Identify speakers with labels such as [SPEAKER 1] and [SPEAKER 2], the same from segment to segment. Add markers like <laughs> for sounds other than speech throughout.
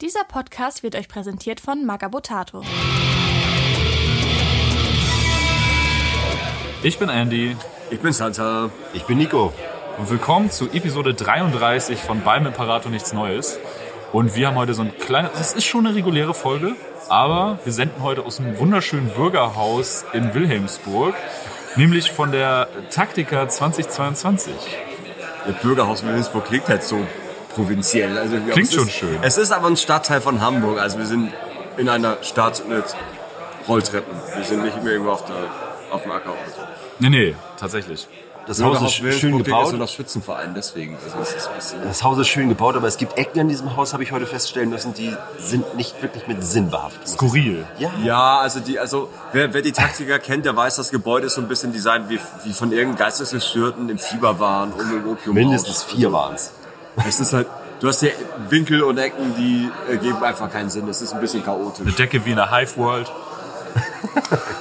[SPEAKER 1] Dieser Podcast wird euch präsentiert von Magabotato.
[SPEAKER 2] Ich bin Andy
[SPEAKER 3] Ich bin Santa.
[SPEAKER 4] Ich bin Nico.
[SPEAKER 2] und willkommen zu Episode 33 von Beim Imperator nichts Neues. Und wir haben heute so ein kleines, es ist schon eine reguläre Folge, aber wir senden heute aus einem wunderschönen Bürgerhaus in Wilhelmsburg, nämlich von der Taktika 2022.
[SPEAKER 3] Das Bürgerhaus Wilhelmsburg klingt halt so provinziell. Also wir-
[SPEAKER 2] Klingt
[SPEAKER 3] es
[SPEAKER 2] schon
[SPEAKER 3] ist,
[SPEAKER 2] schön.
[SPEAKER 3] Es ist aber ein Stadtteil von Hamburg. Also wir sind in einer Stadt mit Rolltreppen. Wir sind nicht mehr irgendwo auf, der, auf dem Acker. oder so.
[SPEAKER 2] Nee, nee, tatsächlich.
[SPEAKER 4] Das Haus ist
[SPEAKER 3] Wilhelmsburg
[SPEAKER 4] schön
[SPEAKER 3] klingt
[SPEAKER 4] gebaut.
[SPEAKER 3] so nach Schützenverein, deswegen. Also es ist ein bisschen
[SPEAKER 4] Das Haus ist schön gebaut, aber es gibt Ecken an diesem Haus, habe ich heute feststellen müssen, die sind nicht wirklich mit Sinn behaftet.
[SPEAKER 2] Skurril.
[SPEAKER 4] Ja.
[SPEAKER 3] ja, also die, also wer, wer die Taktiker kennt, der weiß, das Gebäude ist so ein bisschen designt wie, wie von irgendeinem Geistesgestörten im Fieber waren und im Opium.
[SPEAKER 4] Mindestens vier waren es.
[SPEAKER 3] Es ist halt, du hast hier Winkel und Ecken, die äh, geben einfach keinen Sinn. Es ist ein bisschen chaotisch.
[SPEAKER 2] Eine Decke wie in der Hive World.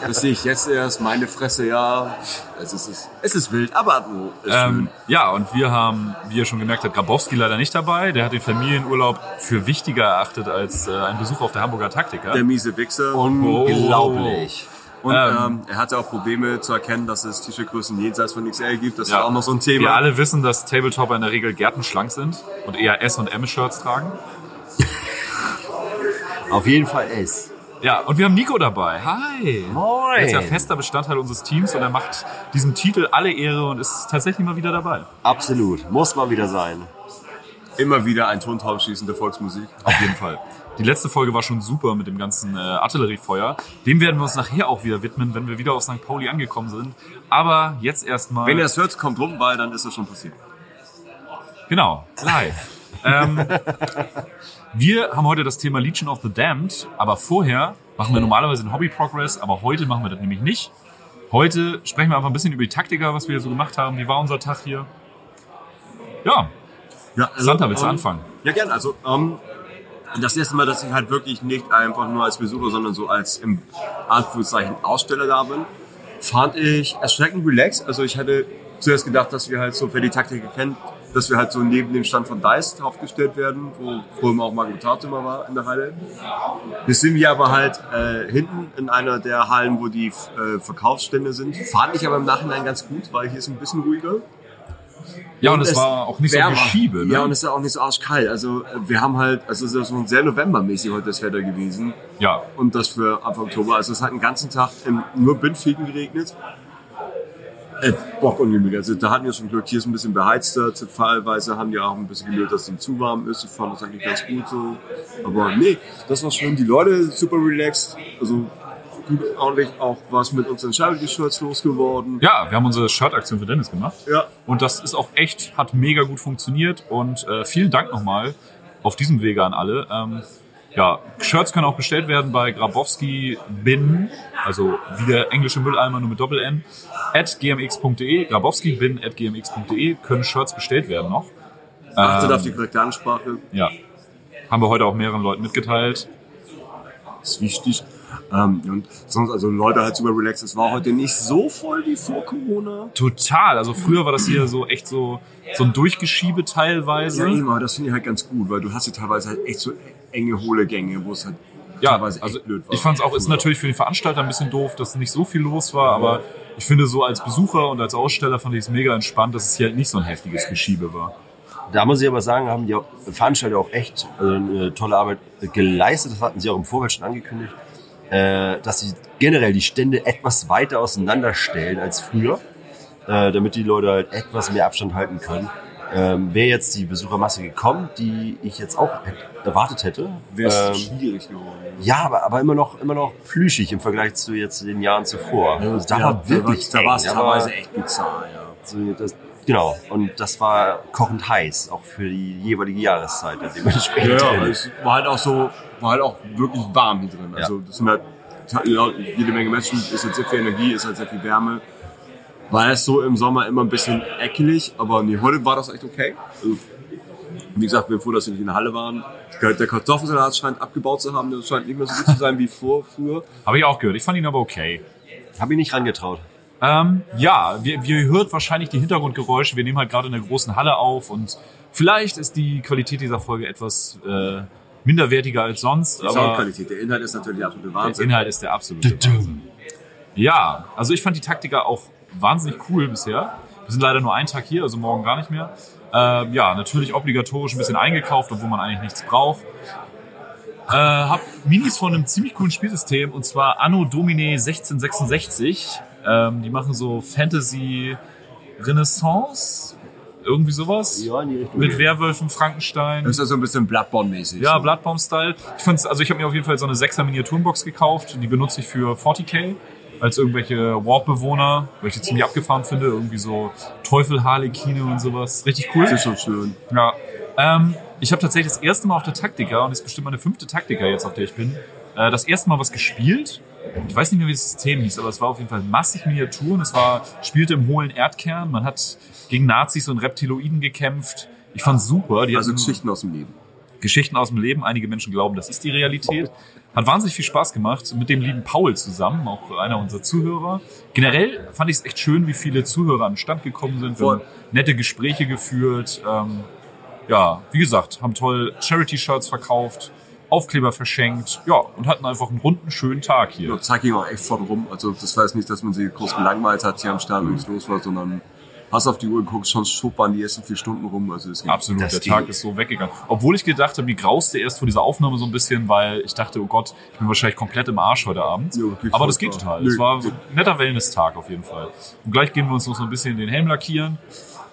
[SPEAKER 3] Das sehe ich jetzt erst, meine Fresse, ja. Es ist, es ist, es ist wild, aber es ist
[SPEAKER 2] Ähm, ja, und wir haben, wie ihr schon gemerkt habt, Grabowski leider nicht dabei. Der hat den Familienurlaub für wichtiger erachtet als äh, ein Besuch auf der Hamburger Taktika.
[SPEAKER 3] schön. Der miese Wichser.
[SPEAKER 4] Unglaublich.
[SPEAKER 3] und
[SPEAKER 2] ähm,
[SPEAKER 3] ähm, er hatte auch Probleme zu erkennen, dass es T-Shirt-Größen jenseits von XL gibt. Das
[SPEAKER 2] Ja.
[SPEAKER 3] war auch noch so ein Thema.
[SPEAKER 2] Wir alle wissen, dass Tabletopper in der Regel gärtenschlank sind und eher S- und M-Shirts tragen.
[SPEAKER 4] Auf jeden Fall es.
[SPEAKER 2] Ja, und wir haben Nico dabei. Hi.
[SPEAKER 4] Moin.
[SPEAKER 2] Er ist ja fester Bestandteil unseres Teams und er macht diesem Titel alle Ehre und ist tatsächlich mal wieder dabei.
[SPEAKER 4] Absolut. Muss mal wieder sein.
[SPEAKER 3] Immer wieder ein Tontausch schießende Volksmusik.
[SPEAKER 2] Auf jeden Fall. Die letzte Folge war schon super mit dem ganzen äh, Artilleriefeuer. Dem werden wir uns nachher auch wieder widmen, wenn wir wieder auf St. Pauli angekommen sind. Aber jetzt erstmal.
[SPEAKER 3] Wenn ihr es hört, kommt rum, weil dann ist es schon passiert.
[SPEAKER 2] Genau, live. ähm, wir haben heute das Thema Legion of the Damned, aber vorher machen wir normalerweise den Hobby Progress, aber heute machen wir das nämlich nicht. Heute sprechen wir einfach ein bisschen über die Taktika, was wir hier so gemacht haben. Wie war unser Tag hier? Ja,
[SPEAKER 3] Ja, also,
[SPEAKER 2] Santa, willst du
[SPEAKER 3] ähm,
[SPEAKER 2] anfangen?
[SPEAKER 3] Ja, gerne. Also, ähm, das erste Mal, dass ich halt wirklich nicht einfach nur als Besucher, sondern so als im Anführungszeichen Aussteller da bin, fand ich erschreckend relaxed. Also ich hatte zuerst gedacht, dass wir halt so, wer die Taktik kennt, dass wir halt so neben dem Stand von Dice draufgestellt werden, wo früher immer auch Magnetat immer war in der Halle. Jetzt sind wir aber halt äh, hinten in einer der Hallen, wo die äh, Verkaufsstände sind. Fand ich aber im Nachhinein ganz gut, weil hier ist ein bisschen ruhiger.
[SPEAKER 2] Ja, und es war auch nicht so
[SPEAKER 3] wärmer.
[SPEAKER 2] Geschiebe. Ne?
[SPEAKER 3] Ja, und es ist auch nicht so arschkalt. Also äh, wir haben halt, also es ist so ein sehr novembermäßig heute das Wetter gewesen.
[SPEAKER 2] ja.
[SPEAKER 3] Und das für Anfang Oktober. Also es hat den ganzen Tag in nur Bindfliegen geregnet. Äh, Bock ungemütlich. Also da hatten wir schon Glück. Hier ist ein bisschen beheizter. Teilweise haben die auch ein bisschen gemüht, dass es ihnen zu warm ist. Ich fand das eigentlich ganz gut so. Aber nee, das war schön. Die Leute super relaxed. Also gut, ordentlich auch was mit unseren Schallgeschirts losgeworden.
[SPEAKER 2] ja, wir haben unsere Shirt-Aktion für Dennis gemacht.
[SPEAKER 3] Ja.
[SPEAKER 2] Und das ist auch echt, hat mega gut funktioniert. Und äh, vielen Dank nochmal auf diesem Wege an alle. Ähm, ja, Shirts können auch bestellt werden bei Grabowski Bin, also wie der englische Mülleimer nur mit Doppel-N, at gmx.de, Grabowski Bin at gmx.de, können Shirts bestellt werden noch. Ähm.
[SPEAKER 3] Achtet auf die korrekte Ansprache.
[SPEAKER 2] Ja. Haben wir heute auch mehreren Leuten mitgeteilt.
[SPEAKER 3] ist wichtig. Ähm, und sonst, also Leute halt super relaxed. Es war heute nicht so voll wie vor Corona.
[SPEAKER 2] Total. Also früher war das hier so echt so, so ein Durchgeschiebe teilweise.
[SPEAKER 3] immer, das finde ich halt ganz gut, weil du hast hier teilweise halt echt so enge, hohle Gänge, wo es halt
[SPEAKER 2] Ja,
[SPEAKER 3] teilweise echt
[SPEAKER 2] also
[SPEAKER 3] blöd war.
[SPEAKER 2] ich fand es auch, ist natürlich für den Veranstalter ein bisschen doof, dass nicht so viel los war, aber ich finde so als Besucher und als Aussteller fand ich es mega entspannt, dass es hier halt nicht so ein heftiges Geschiebe war.
[SPEAKER 4] Da muss ich aber sagen, haben die Veranstalter auch echt äh, eine tolle Arbeit geleistet. Das hatten sie auch im Vorfeld schon angekündigt, äh, dass sie generell die Stände etwas weiter auseinanderstellen als früher, äh, damit die Leute halt etwas mehr Abstand halten können. Ähm, Wäre jetzt die Besuchermasse gekommen, die ich jetzt auch hätt- erwartet hätte.
[SPEAKER 3] Wäre es
[SPEAKER 4] ähm,
[SPEAKER 3] schwierig geworden.
[SPEAKER 4] ja, aber, aber immer noch immer noch plüschig im Vergleich zu jetzt den Jahren zuvor. Also da
[SPEAKER 3] Ja,
[SPEAKER 4] war wirklich
[SPEAKER 3] da war es
[SPEAKER 4] eng, aber-
[SPEAKER 3] teilweise echt bizarr, ja.
[SPEAKER 4] so, das, genau, und das war kochend heiß, auch für die jeweilige Jahreszeit dann dementsprechend.
[SPEAKER 3] Ja, ja, es war halt auch so, war halt auch wirklich warm hier drin. Also das sind halt ja, jede Menge Menschen, ist halt sehr viel Energie, ist halt sehr viel Wärme. War es so im Sommer immer ein bisschen eckelig, aber nee, heute war das echt okay. Also, wie gesagt, bin froh, dass wir nicht in der Halle waren. Der Kartoffelsalat scheint abgebaut zu haben, das scheint nicht mehr so gut zu sein wie vor, früher.
[SPEAKER 2] Habe ich auch gehört, ich fand ihn aber okay.
[SPEAKER 4] Hab ich nicht rangetraut.
[SPEAKER 2] Ähm, ja, wir, wir hört wahrscheinlich die Hintergrundgeräusche, wir nehmen halt gerade in der großen Halle auf und vielleicht ist die Qualität dieser Folge etwas äh, minderwertiger als sonst.
[SPEAKER 3] Die
[SPEAKER 2] aber
[SPEAKER 3] Soundqualität, der Inhalt ist natürlich der absolute
[SPEAKER 2] der
[SPEAKER 3] Wahnsinn.
[SPEAKER 2] Inhalt ist der absolute Wahnsinn. Ja, also ich fand die Taktiker auch wahnsinnig cool bisher. Wir sind leider nur einen Tag hier, also morgen gar nicht mehr. Ähm, ja, natürlich obligatorisch ein bisschen eingekauft, obwohl man eigentlich nichts braucht. Äh, hab Minis von einem ziemlich coolen Spielsystem und zwar Anno Domine 1666. Ähm, die machen so Fantasy Renaissance, irgendwie sowas.
[SPEAKER 4] Ja, in die Richtung.
[SPEAKER 2] Mit Werwölfen, Frankenstein.
[SPEAKER 3] Das ist ja so ein bisschen Bloodborne-mäßig.
[SPEAKER 2] Ja,
[SPEAKER 3] so.
[SPEAKER 2] Bloodborne-Style. Ich fand's, also ich habe mir auf jeden Fall so eine 6er Miniaturenbox gekauft. Die benutze ich für 40k als irgendwelche Warp-Bewohner, weil ich die ziemlich abgefahren finde. Irgendwie so Teufel, Harlekine und sowas. Richtig cool.
[SPEAKER 3] Das ist schon schön.
[SPEAKER 2] Ja. Ähm, ich habe tatsächlich das erste Mal auf der Taktika, und das ist bestimmt meine fünfte Taktika jetzt, auf der ich bin, äh, das erste Mal was gespielt. Ich weiß nicht mehr, wie das System hieß, aber es war auf jeden Fall massig Miniaturen. Es war, spielte im hohlen Erdkern. Man hat gegen Nazis und Reptiloiden gekämpft. Ich fand's super. Die
[SPEAKER 3] Also
[SPEAKER 2] hatten-
[SPEAKER 3] Geschichten aus dem Leben.
[SPEAKER 2] Geschichten aus dem Leben. Einige Menschen glauben, das ist die Realität. Hat wahnsinnig viel Spaß gemacht mit dem lieben Paul zusammen, auch einer unserer Zuhörer. Generell fand ich es echt schön, wie viele Zuhörer an den Stand gekommen sind. Wir haben
[SPEAKER 3] Voll.
[SPEAKER 2] nette Gespräche geführt. Ähm, ja, wie gesagt, haben toll Charity-Shirts verkauft, Aufkleber verschenkt. Ja, und hatten einfach einen runden, schönen Tag hier.
[SPEAKER 3] Die Zeit ging auch echt vorn rum. Also das war jetzt nicht, dass man sie groß gelangweilt hat hier am Start und nichts los war, sondern hast auf die Uhr geguckt, schon schwupp waren die ersten vier Stunden rum. Also das ging
[SPEAKER 2] Absolut,
[SPEAKER 4] Das
[SPEAKER 2] der
[SPEAKER 4] ging.
[SPEAKER 2] Tag ist so weggegangen. Obwohl ich gedacht habe, mir grauste erst vor dieser Aufnahme so ein bisschen, weil ich dachte, oh Gott, ich bin wahrscheinlich komplett im Arsch heute Abend.
[SPEAKER 3] Jo, geht
[SPEAKER 2] Aber das
[SPEAKER 3] voll
[SPEAKER 2] geht
[SPEAKER 3] klar.
[SPEAKER 2] total. Es
[SPEAKER 3] Nö.
[SPEAKER 2] war so ein netter Wellness-Tag auf jeden Fall. Und gleich gehen wir uns noch so ein bisschen den Helm lackieren.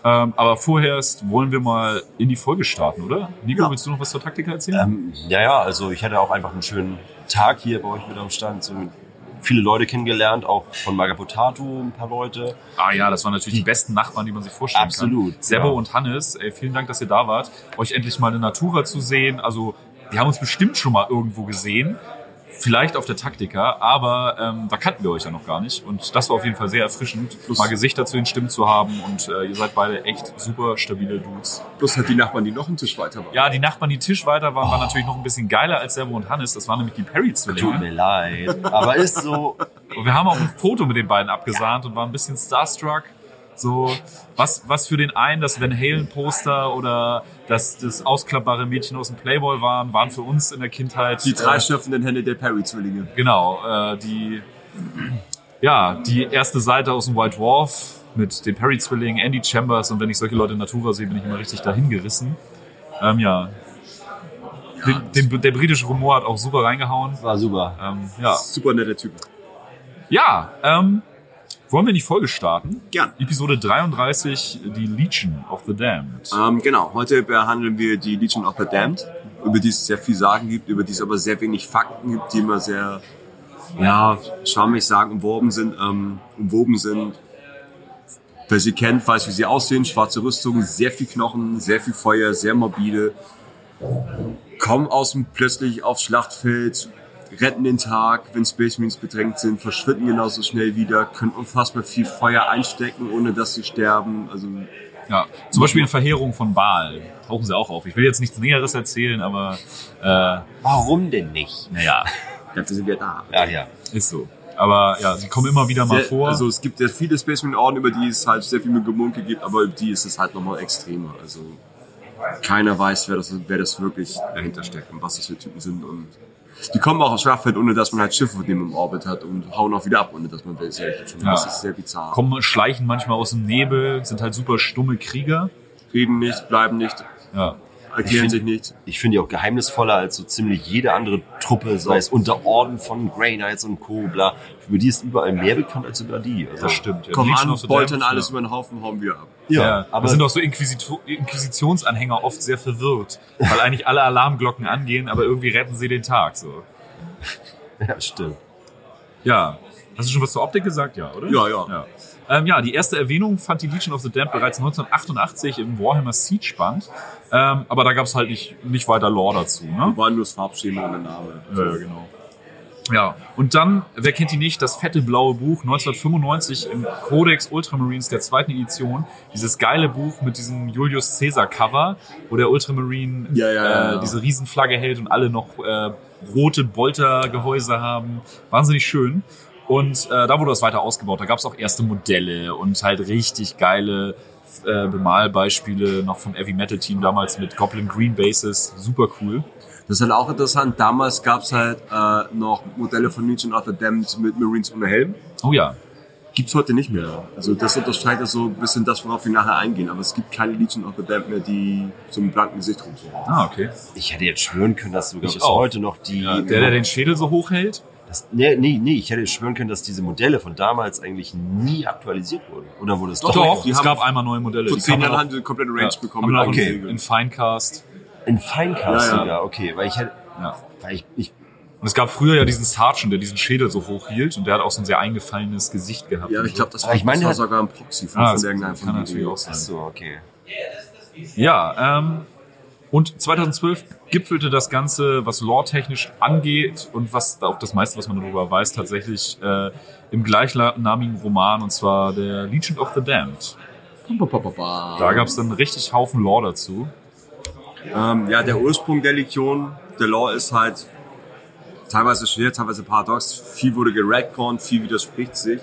[SPEAKER 2] Ähm, aber vorher erst wollen wir mal in die Folge starten, oder? Nico,
[SPEAKER 4] Ja.
[SPEAKER 2] willst du noch was zur Taktik erzählen?
[SPEAKER 4] Ähm, ja, ja, also ich hatte auch einfach einen schönen Tag hier bei euch mit am Stand. So mit viele Leute kennengelernt, auch von Magapotato ein paar Leute.
[SPEAKER 2] Ah ja, das waren natürlich die besten Nachbarn, die man sich vorstellen kann.
[SPEAKER 4] Hm. Absolut,
[SPEAKER 2] Sebo
[SPEAKER 4] ja.
[SPEAKER 2] und Hannes, ey, vielen Dank, dass ihr da wart. Euch endlich mal in Natura zu sehen. Also, wir haben uns bestimmt schon mal irgendwo gesehen. Vielleicht auf der Taktika, aber ähm, da kannten wir euch ja noch gar nicht. Und das war auf jeden Fall sehr erfrischend, mal Gesichter zu den Stimmen zu haben. Und äh, ihr seid beide echt super stabile Dudes.
[SPEAKER 3] Plus halt die Nachbarn, die noch einen Tisch weiter waren.
[SPEAKER 2] Ja, die Nachbarn, die Tisch weiter waren, waren
[SPEAKER 4] Oh.
[SPEAKER 2] natürlich noch ein bisschen geiler als Sebo und Hannes. Das waren nämlich die
[SPEAKER 4] Tut
[SPEAKER 2] Perry-Zwillinge.
[SPEAKER 4] mir leid, aber ist so.
[SPEAKER 2] Und wir haben auch ein Foto mit den beiden abgesahnt und waren ein bisschen starstruck. So, was, was für den einen das Van Halen-Poster oder das, das ausklappbare Mädchen aus dem Playboy waren, waren für uns in der Kindheit.
[SPEAKER 3] Die drei
[SPEAKER 2] äh,
[SPEAKER 3] schöpfenden Hände der Perry-Zwillinge.
[SPEAKER 2] Genau, äh, die, ja, die erste Seite aus dem White Dwarf mit den Perry-Zwillingen, Andy Chambers und wenn ich solche Leute in Natura sehe, bin ich immer richtig dahin gerissen. Ähm, ja. Den, den, der britische Humor hat auch super reingehauen.
[SPEAKER 4] War super.
[SPEAKER 2] Ähm, ja.
[SPEAKER 3] Super netter Typ.
[SPEAKER 2] Ja, ähm, wollen wir in die Folge starten?
[SPEAKER 3] Gern.
[SPEAKER 2] Episode 33, die Legion of the Damned.
[SPEAKER 3] Ähm, genau, heute behandeln wir die Legion of the Damned, über die es sehr viel Sagen gibt, über die es aber sehr wenig Fakten gibt, die immer sehr, ja, schwammig sagen, umworben sind, ähm, umwoben sind. Wer sie kennt, weiß, wie sie aussehen. Schwarze Rüstung, sehr viel Knochen, sehr viel Feuer, sehr mobile. Kommen aus dem plötzlich aufs Schlachtfeld, retten den Tag, wenn Space Marines bedrängt sind, verschwinden genauso schnell wieder, können unfassbar viel Feuer einstecken, ohne dass sie sterben. Also
[SPEAKER 2] Ja, zum Beispiel in Verheerung von Baal. Tauchen sie auch auf. Ich will jetzt nichts Näheres erzählen, aber äh,
[SPEAKER 4] Warum denn nicht?
[SPEAKER 2] naja,
[SPEAKER 3] dafür sind wir da.
[SPEAKER 4] Ja, ja.
[SPEAKER 2] ist so. Aber ja, sie kommen immer wieder mal
[SPEAKER 3] sehr,
[SPEAKER 2] vor.
[SPEAKER 3] Also es gibt ja viele Space Marine Orden, über die es halt sehr viel Gemunkel gibt, aber über die ist es halt nochmal extremer. Also keiner weiß, wer das, wer das wirklich dahinter steckt und was das für Typen sind. Und die kommen auch aufs Schlachtfeld, ohne dass man halt Schiffe mit denen im Orbit hat und hauen auch wieder ab, ohne dass man welche hat.
[SPEAKER 2] Ja.
[SPEAKER 3] Das ist sehr bizarr.
[SPEAKER 2] kommen, schleichen manchmal aus dem Nebel, sind halt super stumme Krieger.
[SPEAKER 3] Reden nicht, bleiben nicht,
[SPEAKER 2] Ja.
[SPEAKER 3] erklären
[SPEAKER 4] Ich
[SPEAKER 3] sich
[SPEAKER 4] find-
[SPEAKER 3] nicht.
[SPEAKER 4] Ich finde die auch geheimnisvoller als so ziemlich jede andere Truppe, sei es unter Orden von Grey Knights und Co. Bla. Über die ist überall mehr bekannt als über die. Also,
[SPEAKER 2] Das stimmt. Ja.
[SPEAKER 3] Kommen
[SPEAKER 2] Legion
[SPEAKER 3] an,
[SPEAKER 2] of the
[SPEAKER 3] boltern
[SPEAKER 2] Damned,
[SPEAKER 3] alles
[SPEAKER 2] ja.
[SPEAKER 3] über den Haufen, hauen wir ab.
[SPEAKER 2] Ja, aber
[SPEAKER 4] aber
[SPEAKER 2] da sind auch so Inquisito Inquisitionsanhänger oft sehr verwirrt, weil eigentlich alle Alarmglocken angehen, aber irgendwie retten sie den Tag. So.
[SPEAKER 4] ja, stimmt.
[SPEAKER 2] Ja. Hast du schon was zur Optik gesagt? Ja, oder?
[SPEAKER 3] Ja, ja.
[SPEAKER 2] Ja, ähm, ja die erste Erwähnung fand die Legion of the Damned bereits 1988 im Warhammer Siege Band. Ähm, aber da gab es halt nicht, nicht weiter Lore dazu. Ne?
[SPEAKER 3] War nur das Farbschema und der Name.
[SPEAKER 2] Ja, ja, genau. Ja, und dann, wer kennt die nicht, das fette blaue Buch 1995 im Codex Ultramarines der zweiten Edition. Dieses geile Buch mit diesem Julius Caesar Cover, wo der Ultramarine
[SPEAKER 3] Ja, genau. ja, ja,
[SPEAKER 2] äh,
[SPEAKER 3] ja.
[SPEAKER 2] diese Riesenflagge hält und alle noch äh, rote Boltergehäuse haben. Wahnsinnig schön. Und äh, da wurde das weiter ausgebaut. Da gab es auch erste Modelle und halt richtig geile äh, Bemalbeispiele noch vom Heavy Metal Team damals mit Goblin Green Bases. Super cool.
[SPEAKER 3] Das ist halt auch interessant. Damals gab's halt äh, noch Modelle von Nietzsche und Arthur Dent mit Marines ohne Helm.
[SPEAKER 2] Oh ja.
[SPEAKER 3] Gibt's heute nicht mehr. Also das unterscheidet das so ein bisschen das, worauf wir nachher eingehen. Aber es gibt keine Legion of the Damned mehr, die so einen blanken Gesicht rumfahren.
[SPEAKER 2] Ah, okay.
[SPEAKER 4] Ich hätte jetzt schwören können, dass sogar
[SPEAKER 2] Ich
[SPEAKER 4] bis
[SPEAKER 2] auch.
[SPEAKER 4] heute noch die.
[SPEAKER 2] Ja,
[SPEAKER 3] genau.
[SPEAKER 2] der, der den Schädel so hoch hält.
[SPEAKER 4] das, nee, nee, nee, ich hätte schwören können, dass diese Modelle von damals eigentlich nie aktualisiert wurden. Oder wurde es doch?
[SPEAKER 3] Doch, die
[SPEAKER 2] es
[SPEAKER 3] haben-
[SPEAKER 2] gab einmal neue Modelle.
[SPEAKER 3] Vor
[SPEAKER 2] die
[SPEAKER 3] zehn
[SPEAKER 2] kann man
[SPEAKER 3] Jahren
[SPEAKER 2] auch-
[SPEAKER 3] haben sie eine komplette Range
[SPEAKER 2] ja,
[SPEAKER 3] bekommen.
[SPEAKER 2] haben wir auch
[SPEAKER 3] mit allen
[SPEAKER 2] in,
[SPEAKER 3] Segeln.
[SPEAKER 2] in Finecast.
[SPEAKER 4] In Feincast
[SPEAKER 3] Ja, ja.
[SPEAKER 4] sogar, okay. Weil ich hätte.
[SPEAKER 2] Ja.
[SPEAKER 4] Weil ich, ich,
[SPEAKER 2] Und es gab früher ja diesen Sergeant, der diesen Schädel so hoch hielt und der hat auch so ein sehr eingefallenes Gesicht gehabt.
[SPEAKER 3] ja,
[SPEAKER 2] Und
[SPEAKER 3] ich
[SPEAKER 2] so.
[SPEAKER 3] glaube, das,
[SPEAKER 4] Aber ich meine, halt
[SPEAKER 3] das war
[SPEAKER 4] der-
[SPEAKER 3] sogar ein Proxy von,
[SPEAKER 2] Ah,
[SPEAKER 3] von
[SPEAKER 2] das
[SPEAKER 3] irgendeinem von
[SPEAKER 2] kann
[SPEAKER 3] denen.
[SPEAKER 2] natürlich auch sein.
[SPEAKER 4] ach so, okay.
[SPEAKER 2] Ja, ähm, und 2012 gipfelte das Ganze, was lore-technisch angeht und was auch das meiste, was man darüber weiß, tatsächlich äh, im gleichnamigen Roman und zwar der Legion of the Damned.
[SPEAKER 3] Ba, ba, ba, ba.
[SPEAKER 2] Da gab es dann richtig Haufen Lore dazu.
[SPEAKER 3] Ähm, ja, der Ursprung der Legion, der Law ist halt teilweise schwer, teilweise paradox. Viel wurde geradcorn, viel widerspricht sich.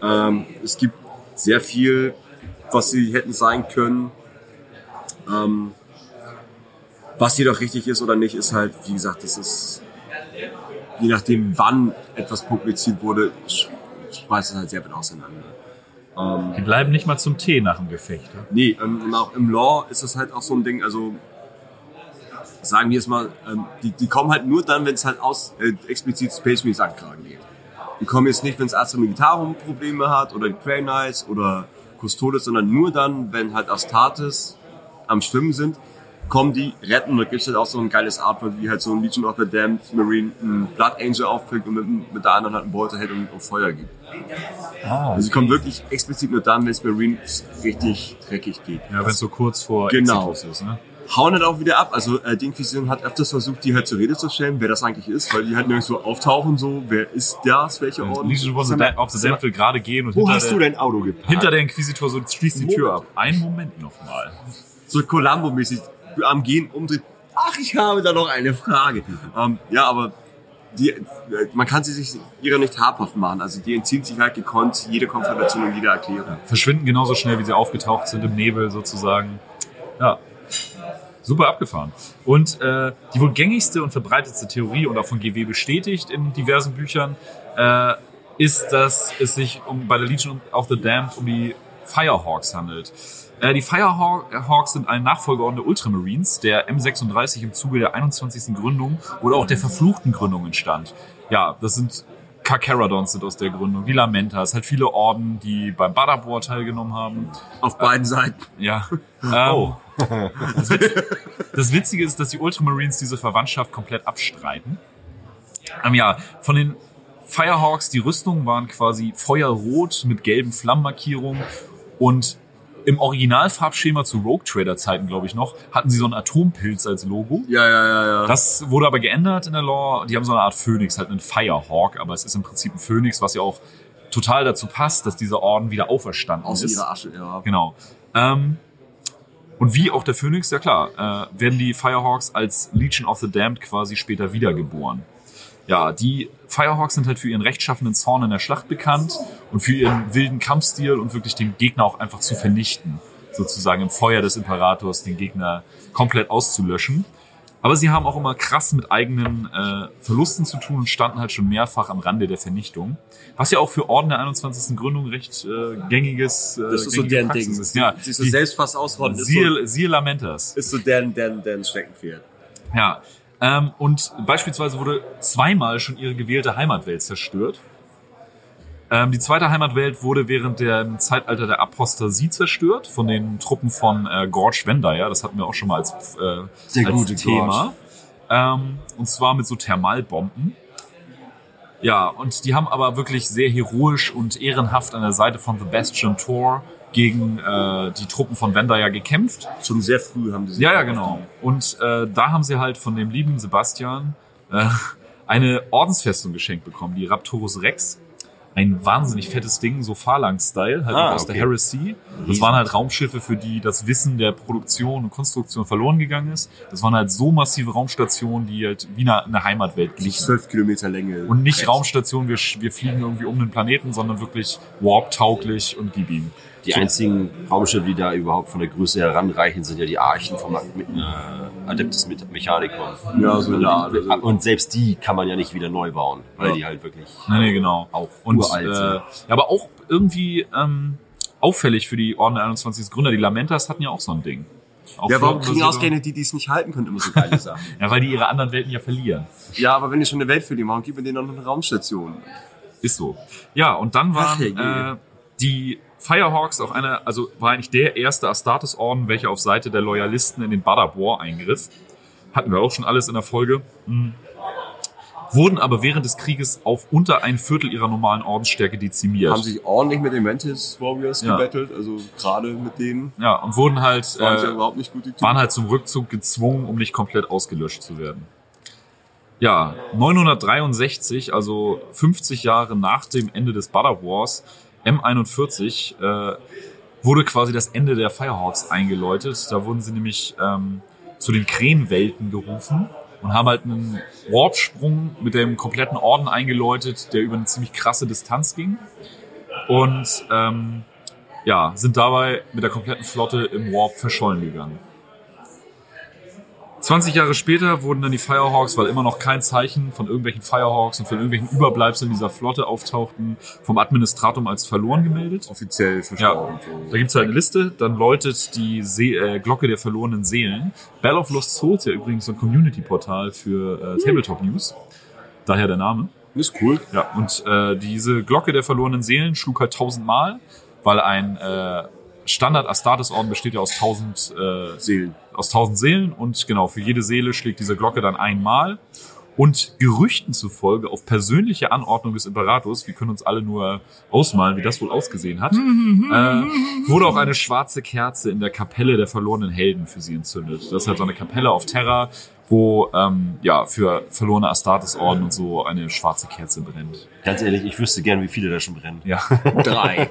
[SPEAKER 3] Ähm, es gibt sehr viel, was sie hätten sein können. Ähm, was jedoch richtig ist oder nicht, ist halt, wie gesagt, das ist, je nachdem, wann etwas publiziert wurde, sch- schmeißt es halt sehr weit auseinander.
[SPEAKER 2] Die bleiben nicht mal zum Tee nach dem Gefecht. ja?
[SPEAKER 3] Nee, ähm, und auch im Law ist das halt auch so ein Ding, also sagen wir es mal, ähm, die, die kommen halt nur dann, wenn es halt aus äh, explizit Space Marines anklagen geht. Die kommen jetzt nicht, wenn es Astra Militarum Probleme hat oder Grey Knights oder Custodes, sondern nur dann, wenn halt Astartes am Schwimmen sind, kommen die, retten und da gibt's halt auch so ein geiles Artwork, wie halt so ein Legion of the Damned Marine einen Blood Angel aufpickt und mit, mit der anderen halt einen Bolter hält und, und Feuer gibt. Also sie kommen wirklich explizit nur dann, wenn es Marines richtig dreckig geht
[SPEAKER 2] Ja, wenn es so kurz vor
[SPEAKER 3] Genau.
[SPEAKER 2] Exodus ist. Ne?
[SPEAKER 3] hauen halt auch wieder ab. Also äh, die Inquisition hat öfters versucht, die halt zur Rede zu stellen, wer das eigentlich ist, weil die halt nirgendwo auftauchen, so, wer ist das, welche Orden.
[SPEAKER 2] Legion of the Damned- of the Damned will gerade gehen und
[SPEAKER 4] Wo
[SPEAKER 2] hinter
[SPEAKER 4] hast
[SPEAKER 2] der,
[SPEAKER 4] du dein Auto geparkt?
[SPEAKER 2] hinter der Inquisitor so schließt die Tür ab.
[SPEAKER 4] Moment.
[SPEAKER 2] Einen Moment nochmal.
[SPEAKER 3] So Columbo-mäßig am Gehen umdreht. Ach, ich habe da noch eine Frage. Ähm, ja, aber die, äh, man kann sie sich ihrer nicht habhaft machen. Also die entziehen sich halt gekonnt jede Konfrontation und jede Erklärung.
[SPEAKER 2] verschwinden genauso schnell, wie sie aufgetaucht sind im Nebel sozusagen. Ja. Super abgefahren. Und äh, die wohl gängigste und verbreitetste Theorie und auch von GW bestätigt in diversen Büchern äh, ist, dass es sich um, bei der Legion of the Damned um die Firehawks handelt. Äh, die Firehawks sind ein Nachfolgeorden der Ultramarines, der M36 im Zuge der 21. Gründung oder auch der verfluchten Gründung entstand. Ja, das sind Carcharodons sind aus der Gründung, die Lamentas, halt viele Orden, die beim Badabor teilgenommen haben.
[SPEAKER 3] Auf beiden Seiten.
[SPEAKER 2] Ja. Ähm, das, Witz- das Witzige ist, dass die Ultramarines diese Verwandtschaft komplett abstreiten. Ähm, ja, von den Firehawks, die Rüstungen waren quasi feuerrot mit gelben Flammenmarkierungen und im Originalfarbschema zu Rogue Trader Zeiten, glaube ich noch, hatten sie so einen Atompilz als Logo.
[SPEAKER 3] Ja, ja, ja, ja.
[SPEAKER 2] Das wurde aber geändert in der Lore. Die haben so eine Art Phönix, halt einen Firehawk, aber es ist im Prinzip ein Phönix, was ja auch total dazu passt, dass dieser Orden wieder auferstanden
[SPEAKER 3] Aus
[SPEAKER 2] ist.
[SPEAKER 3] ihrer Asche, ja.
[SPEAKER 2] Genau. Ähm, und wie auch der Phönix, ja klar, äh, werden die Firehawks als Legion of the Damned quasi später wiedergeboren. Ja, die Firehawks sind halt für ihren rechtschaffenden Zorn in der Schlacht bekannt und für ihren wilden Kampfstil und wirklich den Gegner auch einfach zu vernichten. Sozusagen im Feuer des Imperators den Gegner komplett auszulöschen. Aber sie haben auch immer krass mit eigenen äh, Verlusten zu tun und standen halt schon mehrfach am Rande der Vernichtung. Was ja auch für Orden der 21. Gründung recht äh, gängiges äh,
[SPEAKER 3] Das ist so
[SPEAKER 2] gängige
[SPEAKER 3] deren Ding.
[SPEAKER 2] Praxis Ist. Ja,
[SPEAKER 3] Sich so
[SPEAKER 2] die-
[SPEAKER 3] selbst fast ausrotten. Ist so,
[SPEAKER 2] Siehe, siehe Lamentas.
[SPEAKER 3] ist so deren, deren, deren Steckenpferd.
[SPEAKER 2] Ja. Ähm, und beispielsweise wurde zweimal schon ihre gewählte Heimatwelt zerstört. Ähm, die zweite Heimatwelt wurde während dem Zeitalter der Apostasie zerstört von den Truppen von äh, Gorge Vendaya. Das hatten wir auch schon mal als, äh,
[SPEAKER 4] Der
[SPEAKER 2] als
[SPEAKER 4] gute
[SPEAKER 2] Thema. Ähm, und zwar mit so Thermalbomben. Ja, und die haben aber wirklich sehr heroisch und ehrenhaft an der Seite von The Bastion Tor gegen äh, die Truppen von Vendaya gekämpft.
[SPEAKER 3] Schon sehr früh haben die sich
[SPEAKER 2] Ja, ja, genau. Und äh, da haben sie halt von dem lieben Sebastian äh, eine Ordensfestung geschenkt bekommen, die Raptorus Rex. Ein wahnsinnig fettes Ding, so Phalanx-Style, halt
[SPEAKER 4] Ah,
[SPEAKER 2] noch aus
[SPEAKER 4] okay. Mhm.
[SPEAKER 2] der Heresy. Das waren halt Raumschiffe, für die das Wissen der Produktion und Konstruktion verloren gegangen ist. Das waren halt so massive Raumstationen, die halt wie eine, eine Heimatwelt glichen.
[SPEAKER 3] Zwölf Kilometer Länge.
[SPEAKER 2] Und nicht
[SPEAKER 3] Rechts.
[SPEAKER 2] Raumstation, wir, sch- wir fliegen irgendwie um den Planeten, sondern wirklich warp-tauglich und gib ihm.
[SPEAKER 4] Die einzigen Raumschiffe, die da überhaupt von der Größe heranreichen, sind ja die Archen vom Magneten. Adeptus mit Mechanicum.
[SPEAKER 3] Ja, so in der Art. Also,
[SPEAKER 4] Und selbst die kann man ja nicht wieder neu bauen, weil die halt wirklich.
[SPEAKER 2] Nee, nee, genau.
[SPEAKER 4] Auch
[SPEAKER 2] und,
[SPEAKER 4] uralt
[SPEAKER 2] Äh,
[SPEAKER 4] sind.
[SPEAKER 2] ja, aber auch irgendwie ähm, auffällig für die Orden der 21. Gründer. Die Lamentas hatten ja auch so ein Ding. Auch
[SPEAKER 3] ja, warum
[SPEAKER 2] Flottenbasierte-
[SPEAKER 3] kriegen ausgerechnet die, die es nicht halten können, immer so
[SPEAKER 2] <laughs>
[SPEAKER 3] geile Sachen?
[SPEAKER 2] Ja, weil die ihre anderen Welten ja verlieren.
[SPEAKER 3] ja, aber wenn ihr schon eine Welt für die machen, gib mir denen auch noch eine Raumstation.
[SPEAKER 2] Ist so. Ja, und dann waren
[SPEAKER 3] Ach, herrje.
[SPEAKER 2] äh, die Firehawks auch eine, also war eigentlich der erste Astartes-Orden, welcher auf Seite der Loyalisten in den Badab War eingriff. Hatten wir auch schon alles in der Folge. Hm. Wurden aber während des Krieges auf unter ein Viertel ihrer normalen Ordensstärke dezimiert.
[SPEAKER 3] Haben sich ordentlich mit den Mantis Warriors
[SPEAKER 2] Ja.
[SPEAKER 3] gebettelt, also gerade mit denen.
[SPEAKER 2] ja, und wurden halt.
[SPEAKER 3] Waren sie
[SPEAKER 2] äh,
[SPEAKER 3] ja überhaupt nicht gut, die Typen.
[SPEAKER 2] waren halt zum Rückzug gezwungen, um nicht komplett ausgelöscht zu werden. Ja, 963, also 50 Jahre nach dem Ende des Butter Wars, M41, äh, wurde quasi das Ende der Firehawks eingeläutet. Da wurden sie nämlich ähm, zu den Krähenwelten gerufen und haben halt einen Warpsprung mit dem kompletten Orden eingeläutet, der über eine ziemlich krasse Distanz ging. Und ähm, ja, sind dabei mit der kompletten Flotte im Warp verschollen gegangen. 20 Jahre später wurden dann die Firehawks, weil immer noch kein Zeichen von irgendwelchen Firehawks und von irgendwelchen Überbleibseln dieser Flotte auftauchten, vom Administratum als verloren gemeldet.
[SPEAKER 3] offiziell
[SPEAKER 2] Ja,
[SPEAKER 3] verstorben.
[SPEAKER 2] da gibt's halt eine Liste, dann läutet die See äh, Glocke der verlorenen Seelen. Battle of Lost Souls, ja übrigens so ein Community-Portal für äh, Tabletop News, daher der Name.
[SPEAKER 3] Ist cool.
[SPEAKER 2] Ja, und äh, diese Glocke der verlorenen Seelen schlug halt tausendmal, weil ein äh, Standard Astartes-Orden besteht ja aus tausend äh,
[SPEAKER 3] Seelen.
[SPEAKER 2] aus tausend Seelen und genau, für jede Seele schlägt diese Glocke dann einmal. Und Gerüchten zufolge auf persönliche Anordnung des Imperators, wir können uns alle nur ausmalen, wie das wohl ausgesehen hat, äh, wurde auch eine schwarze Kerze in der Kapelle der verlorenen Helden für sie entzündet. Das ist halt so eine Kapelle auf Terra, wo ähm, ja für verlorene Astartes-Orden und so eine schwarze Kerze brennt.
[SPEAKER 4] Ganz ehrlich, ich wüsste gern, wie viele da schon brennen.
[SPEAKER 2] Ja.
[SPEAKER 3] Drei.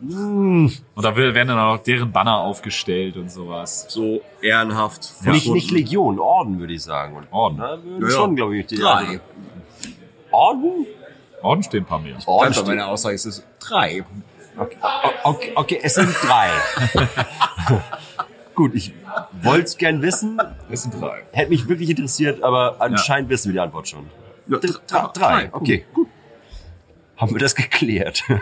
[SPEAKER 2] Und da werden dann auch deren Banner aufgestellt und sowas.
[SPEAKER 3] so ehrenhaft.
[SPEAKER 4] Nicht, nicht Legion, Orden würde ich sagen. Und
[SPEAKER 2] Orden.
[SPEAKER 4] Da würden
[SPEAKER 3] Ja, ja.
[SPEAKER 4] schon, glaube ich, die
[SPEAKER 3] Drei.
[SPEAKER 4] Orden?
[SPEAKER 2] Orden stehen ein paar mehr.
[SPEAKER 4] Orden.
[SPEAKER 3] Ganz bei
[SPEAKER 4] steht-
[SPEAKER 3] meiner Aussage ist es drei.
[SPEAKER 4] Okay, okay, okay, es sind drei. Gut, ich wollte es gern wissen.
[SPEAKER 2] Das sind drei.
[SPEAKER 4] Hätte mich wirklich interessiert, aber anscheinend wissen wir die Antwort schon.
[SPEAKER 3] Ja,
[SPEAKER 4] Dr-
[SPEAKER 3] drei.
[SPEAKER 4] dr- okay, gut. Haben wir das geklärt? <laughs>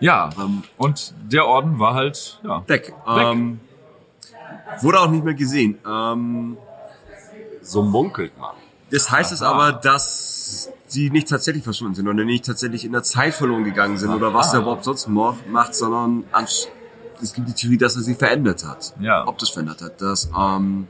[SPEAKER 2] Ja, ähm, und der Orden war halt, ja.
[SPEAKER 3] Weg. Ähm, wurde auch nicht mehr gesehen. Ähm,
[SPEAKER 4] so munkelt man.
[SPEAKER 3] das heißt es aber, dass die nicht tatsächlich verschwunden sind oder nicht tatsächlich in der Zeit verloren gegangen sind oder was der Bob sonst mo- macht, sondern ansch- es gibt die Theorie, dass er sie verändert hat.
[SPEAKER 2] Ja.
[SPEAKER 3] Ob das verändert hat, dass ähm,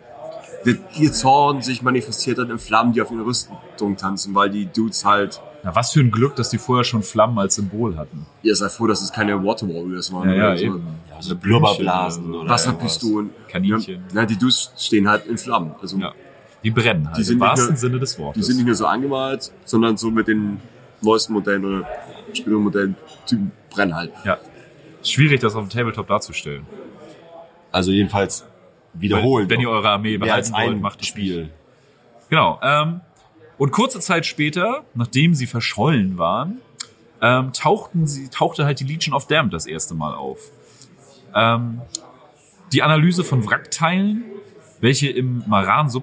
[SPEAKER 3] der- ihr Zorn sich manifestiert hat in Flammen, die auf ihre Rüstung tanzen, weil die Dudes halt
[SPEAKER 2] Na, was für ein Glück, dass die vorher schon Flammen als Symbol hatten.
[SPEAKER 3] Ihr seid froh, dass es keine Water Warriors waren. oder so.
[SPEAKER 4] Ja, so Blubberblasen oder
[SPEAKER 3] also, Wasserpistolen.
[SPEAKER 2] Kaninchen.
[SPEAKER 3] Ja, na, die Dudes stehen halt in Flammen. Also
[SPEAKER 2] Ja. Die brennen halt,
[SPEAKER 3] Die sind
[SPEAKER 2] im
[SPEAKER 3] nicht
[SPEAKER 2] wahrsten
[SPEAKER 3] nur-
[SPEAKER 2] Sinne des Wortes.
[SPEAKER 3] die sind nicht nur so angemalt, sondern so mit den neuesten Modellen oder späteren Modellen Typen brennen halt.
[SPEAKER 2] ja. Schwierig, das auf dem Tabletop darzustellen.
[SPEAKER 4] Also jedenfalls wiederholen.
[SPEAKER 2] Wenn ihr eure Armee
[SPEAKER 4] mehr
[SPEAKER 2] behalten
[SPEAKER 4] als
[SPEAKER 2] wollt,
[SPEAKER 4] ein
[SPEAKER 2] macht das
[SPEAKER 4] Spiel.
[SPEAKER 2] Genau. Ähm, und kurze Zeit später, nachdem sie verschollen waren, ähm, tauchten sie, tauchte halt die Legion of Damned das erste Mal auf. Ähm, die Analyse von Wrackteilen, welche im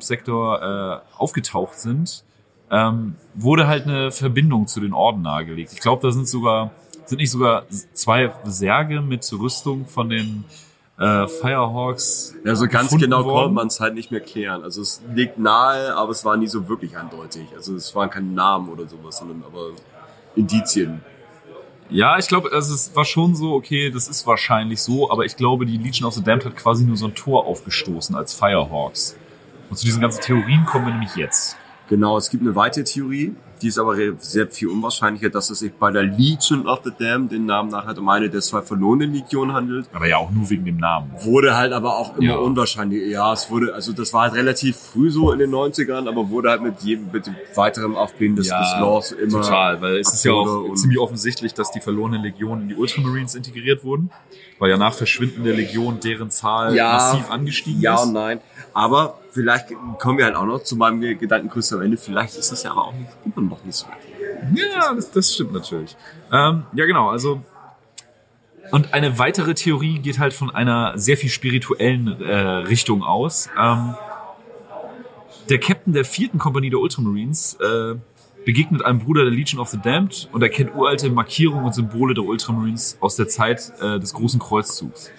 [SPEAKER 2] Maran-Subsektor äh, aufgetaucht sind, ähm, wurde halt eine Verbindung zu den Orden nahegelegt. Ich glaube, da sind sogar sind nicht sogar zwei Särge mit Rüstung von den äh, Firehawks.
[SPEAKER 3] Ja, so ganz
[SPEAKER 2] gefunden
[SPEAKER 3] genau
[SPEAKER 2] worden.
[SPEAKER 3] konnte man es halt nicht mehr klären. Also es liegt nahe, aber es war nie so wirklich eindeutig. Also es waren keine Namen oder sowas, sondern aber Indizien.
[SPEAKER 2] Ja, ich glaube, also es war schon so, okay, das ist wahrscheinlich so, aber ich glaube, die Legion of the Damned hat quasi nur so ein Tor aufgestoßen als Firehawks. Und zu diesen ganzen Theorien kommen wir nämlich jetzt.
[SPEAKER 3] Genau, es gibt eine weitere Theorie, die ist aber re- sehr viel unwahrscheinlicher, dass es sich bei der Legion of the Damned, den Namen nach halt um eine der zwei verlorenen Legionen handelt.
[SPEAKER 2] Aber ja auch nur wegen dem Namen.
[SPEAKER 3] Wurde halt aber auch immer
[SPEAKER 2] Ja.
[SPEAKER 3] unwahrscheinlich. Ja, es wurde, also das war halt relativ früh so in den 90ern, aber wurde halt mit jedem, mit dem weiteren Aufblühen des, des Laws immer.
[SPEAKER 2] total, weil es ist ja
[SPEAKER 3] absurder
[SPEAKER 2] auch
[SPEAKER 3] und-
[SPEAKER 2] ziemlich offensichtlich, dass die verlorenen Legionen in die Ultramarines integriert wurden, weil ja nach Verschwinden der Legion deren Zahl
[SPEAKER 3] Ja.
[SPEAKER 2] massiv angestiegen
[SPEAKER 3] Ja und
[SPEAKER 2] ist.
[SPEAKER 3] nein. Aber vielleicht kommen wir halt auch noch zu meinem Gedankenkunst am Ende. Vielleicht ist es ja aber auch nicht, immer noch nicht so.
[SPEAKER 2] Ja, das, das stimmt natürlich. Ähm, ja, genau, also. Und eine weitere Theorie geht halt von einer sehr viel spirituellen äh, Richtung aus. Ähm, Der Captain der vierten Kompanie der Ultramarines äh, begegnet einem Bruder der Legion of the Damned und erkennt uralte Markierungen und Symbole der Ultramarines aus der Zeit äh, des Großen Kreuzzugs.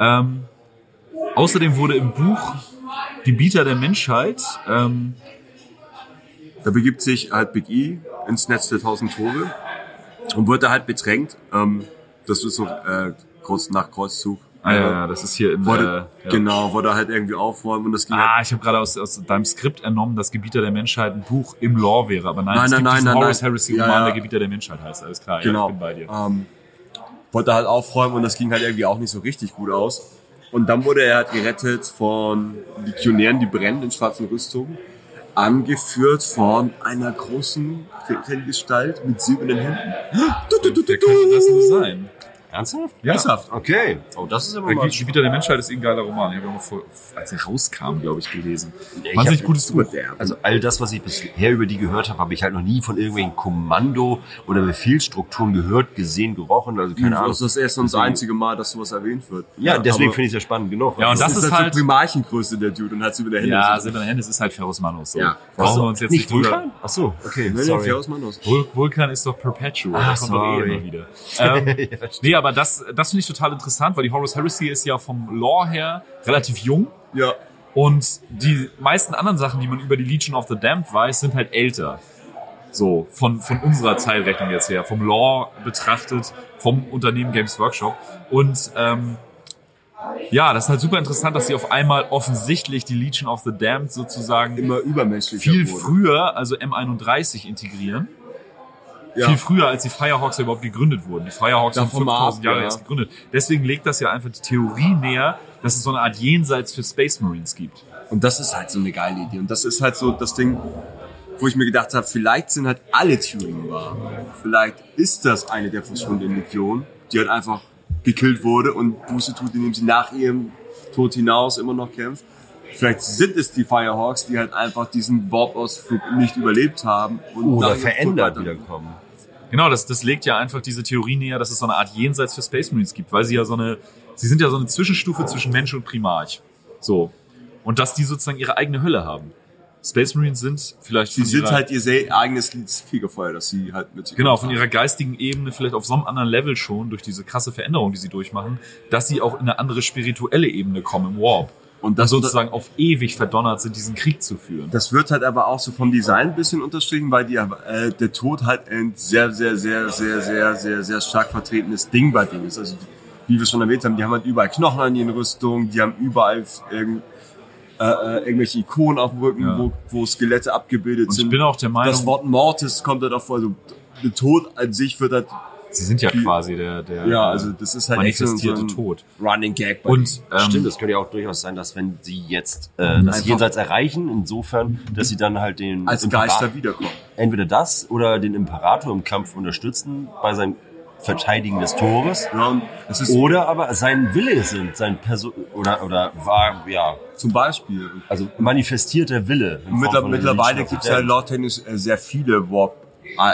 [SPEAKER 2] Ähm, außerdem wurde im Buch Die Bieter der Menschheit ähm,
[SPEAKER 3] Da begibt sich halt Big E ins Netz der tausend Tore und wird da halt bedrängt. Ähm, das ist so äh, kurz nach Kreuzzug. Äh,
[SPEAKER 2] Ah, ja, ja, das ist hier im.
[SPEAKER 3] Wurde,
[SPEAKER 2] äh, ja.
[SPEAKER 3] Genau, wollte halt irgendwie aufräumen und das ging halt
[SPEAKER 2] Ah, ich habe gerade aus, aus deinem Skript entnommen, dass Gebieter der Menschheit ein Buch im Lore wäre. Aber nein,
[SPEAKER 3] Nein,
[SPEAKER 2] es
[SPEAKER 3] nein,
[SPEAKER 2] gibt
[SPEAKER 3] nein,
[SPEAKER 2] diesen
[SPEAKER 3] nein,
[SPEAKER 2] Horace
[SPEAKER 3] nein.
[SPEAKER 2] Harris Roman,
[SPEAKER 3] Ja, ja.
[SPEAKER 2] der Gebieter der Menschheit heißt. Alles klar, ja,
[SPEAKER 3] genau.
[SPEAKER 2] ich bin bei dir.
[SPEAKER 3] Ähm, wollte halt aufräumen und das ging halt irgendwie auch nicht so richtig gut aus. Und dann wurde er halt gerettet von Legionären, die brennen in schwarzen Rüstungen, angeführt von einer großen Gestalt mit silbernen Händen. Du, du, du,
[SPEAKER 2] Wer
[SPEAKER 3] du,
[SPEAKER 2] könnte
[SPEAKER 3] du.
[SPEAKER 2] das nur sein?
[SPEAKER 4] Ernsthaft?
[SPEAKER 2] Ja.
[SPEAKER 4] Ernsthaft? Okay. Oh, das ist aber mal.
[SPEAKER 2] Gebieter der Menschheit ist eh ein geiler Roman. Ich habe mal vor, als er rauskam, glaube ich, gelesen.
[SPEAKER 4] Nee, ich
[SPEAKER 2] Wahnsinnig
[SPEAKER 4] hab-
[SPEAKER 2] gutes Buch.
[SPEAKER 4] Also all das, was ich bisher über die gehört habe, habe ich halt noch nie von irgendwelchen Kommando- oder Befehlsstrukturen gehört, gesehen, gerochen. Also keine Ahnung.
[SPEAKER 3] Das Hm, ist das erste und das einzige Mal, dass sowas erwähnt wird.
[SPEAKER 4] Ja, deswegen
[SPEAKER 3] aber
[SPEAKER 4] finde ich es ja spannend genau. genug.
[SPEAKER 2] Ja, und
[SPEAKER 3] das, ist halt so Primarchengröße, der Dude, und hat sie wieder Hände.
[SPEAKER 2] Ja,
[SPEAKER 3] Das ist-
[SPEAKER 2] Silberner Hennis ist halt Ferus Manus. So.
[SPEAKER 3] Ja. Also
[SPEAKER 2] Brauchen wir uns jetzt nicht drüber.
[SPEAKER 4] Vulkan? Ach so,
[SPEAKER 3] Nee,
[SPEAKER 4] okay,
[SPEAKER 3] nee,
[SPEAKER 4] also, <laughs> sorry.
[SPEAKER 3] Ferus Manus.
[SPEAKER 2] Vul- Vulkan ist doch perpetual.
[SPEAKER 4] Ah,
[SPEAKER 2] der kommt doch
[SPEAKER 4] sorry.
[SPEAKER 2] eh immer wieder. Ähm,
[SPEAKER 3] <laughs>
[SPEAKER 2] nee, aber das, das finde ich total interessant, weil die Horus Heresy ist ja vom Lore her relativ jung.
[SPEAKER 3] Ja.
[SPEAKER 2] Und die meisten anderen Sachen, die man über die Legion of the Damned weiß, sind halt älter. So, von, von unserer Zeitrechnung jetzt her, vom Lore betrachtet, vom Unternehmen Games Workshop. Und ähm, ja, das ist halt super interessant, dass sie auf einmal offensichtlich die Legion of the Damned sozusagen
[SPEAKER 3] Immer übermenschlicher
[SPEAKER 2] viel
[SPEAKER 3] wurde.
[SPEAKER 2] früher, also M31 integrieren.
[SPEAKER 3] Ja.
[SPEAKER 2] Viel früher, als die Firehawks ja überhaupt gegründet wurden. Die Firehawks sind
[SPEAKER 3] Davon mal
[SPEAKER 2] 5000
[SPEAKER 3] ab,
[SPEAKER 2] Jahre
[SPEAKER 3] ja.
[SPEAKER 2] erst gegründet. Deswegen legt das ja einfach die Theorie näher, dass es so eine Art Jenseits für Space Marines gibt.
[SPEAKER 3] Und das ist halt so eine geile Idee. Und das ist halt so das Ding, wo ich mir gedacht habe, vielleicht sind halt alle Turing wahr. Vielleicht ist das eine der verschwundenen Legionen, die halt einfach gekillt wurde und Buße tut, indem sie nach ihrem Tod hinaus immer noch kämpft. Vielleicht sind es die Firehawks, die halt einfach diesen Warp-Ausflug nicht überlebt haben. Und nach ihrem
[SPEAKER 4] Oder
[SPEAKER 3] Tod
[SPEAKER 4] Oh, verändert
[SPEAKER 3] weiter-
[SPEAKER 4] wiederkommen.
[SPEAKER 2] Genau, das, das legt ja einfach diese Theorie näher, dass es so eine Art Jenseits für Space Marines gibt, weil sie ja so eine, sie sind ja so eine Zwischenstufe zwischen Mensch und Primarch. So. Und dass die sozusagen ihre eigene Hölle haben. Space Marines sind vielleicht
[SPEAKER 3] Sie
[SPEAKER 2] von
[SPEAKER 3] sind
[SPEAKER 2] ihrer-
[SPEAKER 3] halt ihr sel- eigenes Fegefeuer, das sie halt mit sich
[SPEAKER 2] Genau, von
[SPEAKER 3] haben.
[SPEAKER 2] ihrer geistigen Ebene vielleicht auf so einem anderen Level schon durch diese krasse Veränderung, die sie durchmachen, dass sie auch in eine andere spirituelle Ebene kommen im Warp.
[SPEAKER 3] Und
[SPEAKER 2] Dass
[SPEAKER 3] das,
[SPEAKER 2] sozusagen auf ewig verdonnert sind, diesen Krieg zu führen.
[SPEAKER 3] Das wird halt aber auch so vom Design ein bisschen unterstrichen, weil die, äh, der Tod halt ein sehr, sehr, sehr, sehr, sehr, sehr, sehr stark vertretenes Ding bei denen ist. Also, die- wie wir schon erwähnt haben, die haben halt überall Knochen an ihren Rüstungen, die haben überall irgend, äh, äh, irgendwelche Ikonen auf dem Rücken,
[SPEAKER 2] Ja.
[SPEAKER 3] wo, wo Skelette abgebildet
[SPEAKER 2] Und
[SPEAKER 3] sind.
[SPEAKER 2] ich bin auch der
[SPEAKER 3] das
[SPEAKER 2] Meinung,
[SPEAKER 3] Wort Mortis kommt halt auch vor. Also, der Tod an sich wird halt,
[SPEAKER 2] sie sind ja
[SPEAKER 3] die-
[SPEAKER 2] quasi der, der
[SPEAKER 3] ja, also das ist halt echt so ein- so
[SPEAKER 2] manifestierte
[SPEAKER 3] ein
[SPEAKER 2] Tod.
[SPEAKER 3] Running Gag bei
[SPEAKER 2] Und ähm,
[SPEAKER 4] Stimmt, das könnte ja auch durchaus sein, dass wenn sie jetzt äh, das
[SPEAKER 3] Einfach-
[SPEAKER 4] Jenseits erreichen, insofern, dass sie dann halt den
[SPEAKER 3] denen. als
[SPEAKER 4] Impera-
[SPEAKER 3] Geister wiederkommen.
[SPEAKER 4] entweder das oder den Imperator im Kampf unterstützen bei seinem Verteidigen des Tores.
[SPEAKER 3] Ja, und es ist
[SPEAKER 4] Oder aber sein Wille sind, sein Person oder oder war ja
[SPEAKER 3] zum Beispiel,
[SPEAKER 4] also manifestierter Wille. in Form
[SPEAKER 3] Mittler,
[SPEAKER 4] von
[SPEAKER 3] mittlerweile
[SPEAKER 4] Legion of
[SPEAKER 3] gibt es
[SPEAKER 4] the
[SPEAKER 3] ja
[SPEAKER 4] Damned.
[SPEAKER 3] lautechnisch äh, sehr viele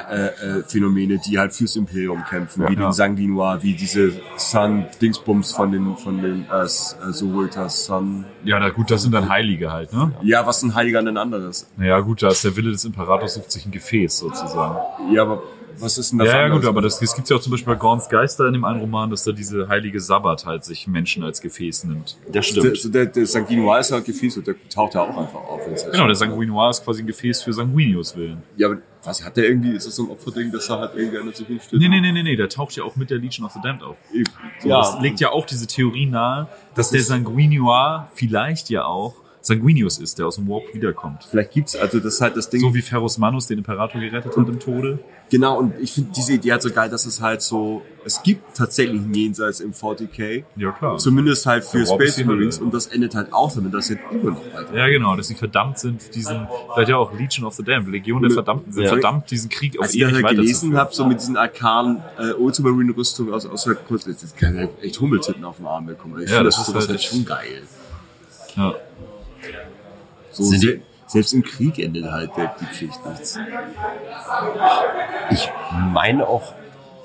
[SPEAKER 3] Warp-Phänomene, die halt fürs Imperium kämpfen, wie
[SPEAKER 2] ja.
[SPEAKER 3] den Sanguinoir, wie diese Sun-Dingsbums von den, von den äh, S- äh, Sororitas Sun.
[SPEAKER 2] ja, na gut, das sind dann Heilige halt, ne?
[SPEAKER 3] Ja, was ein Heiliger denn anderes?
[SPEAKER 2] Naja, gut, da ist der Wille des Imperators sucht sich ein Gefäß sozusagen.
[SPEAKER 3] Ja, aber was ist denn das ne?
[SPEAKER 2] Ja, ja,
[SPEAKER 3] anderes?
[SPEAKER 2] gut, aber das, das gibt's ja auch zum Beispiel bei Gorns Geister in dem einen Roman, dass da diese heilige Sabbat halt sich Menschen als Gefäß nimmt.
[SPEAKER 4] Das
[SPEAKER 3] der,
[SPEAKER 4] stimmt.
[SPEAKER 3] so der, der Sanguinoir ist halt gefieselt, der taucht ja auch einfach auf. wenn's
[SPEAKER 2] Genau, der Sanguinoir ist quasi ein Gefäß für Sanguinius Willen.
[SPEAKER 3] Ja, aber was hat der irgendwie, ist das so ein Opferding, dass er halt irgendwie einer zu viel steht?
[SPEAKER 2] Nee, nee, nee, nee, nee, der taucht ja auch mit der Legion of the Damned auf.
[SPEAKER 3] Eben.
[SPEAKER 2] So, ja, das legt ja auch diese Theorie nahe, dass
[SPEAKER 3] Das
[SPEAKER 2] der
[SPEAKER 3] ist-
[SPEAKER 2] Sanguinoir vielleicht ja auch Sanguinius ist, der aus dem Warp wiederkommt.
[SPEAKER 3] Vielleicht gibt's, also das ist halt das Ding,
[SPEAKER 2] So wie Ferus Manus den Imperator gerettet hat im Tode.
[SPEAKER 3] Genau, und ich finde diese Idee halt so geil, dass es halt so, es gibt tatsächlich ein Jenseits im 40k.
[SPEAKER 2] Ja, klar.
[SPEAKER 3] Zumindest halt für
[SPEAKER 2] Ja, Rob ist
[SPEAKER 3] Space
[SPEAKER 2] die
[SPEAKER 3] Marines.
[SPEAKER 2] Hölle.
[SPEAKER 3] Und das endet halt auch damit, dass jetzt immer noch weiter.
[SPEAKER 2] Ja, genau, dass sie verdammt sind, diesen, vielleicht ja auch Legion of the Damned, Legion der Verdammten, sind
[SPEAKER 4] Ja.
[SPEAKER 2] verdammt, diesen Krieg auf
[SPEAKER 3] Als ich das
[SPEAKER 2] ewig
[SPEAKER 3] halt gelesen
[SPEAKER 2] weiterzuführen.
[SPEAKER 3] habe, so mit diesen arkanen äh, Ultramarine-Rüstungen aus, aus der Kurz, jetzt kann halt echt Hummeltitten auf dem Arm bekommen. Ich
[SPEAKER 2] Ja,
[SPEAKER 3] finde
[SPEAKER 2] das
[SPEAKER 3] das,
[SPEAKER 2] ist
[SPEAKER 3] das ist
[SPEAKER 2] halt
[SPEAKER 3] halt schon geil.
[SPEAKER 2] Ja.
[SPEAKER 3] So,
[SPEAKER 4] Sind
[SPEAKER 3] se
[SPEAKER 4] die-
[SPEAKER 3] selbst im Krieg endet halt der, die Pflicht nichts.
[SPEAKER 4] Ich meine auch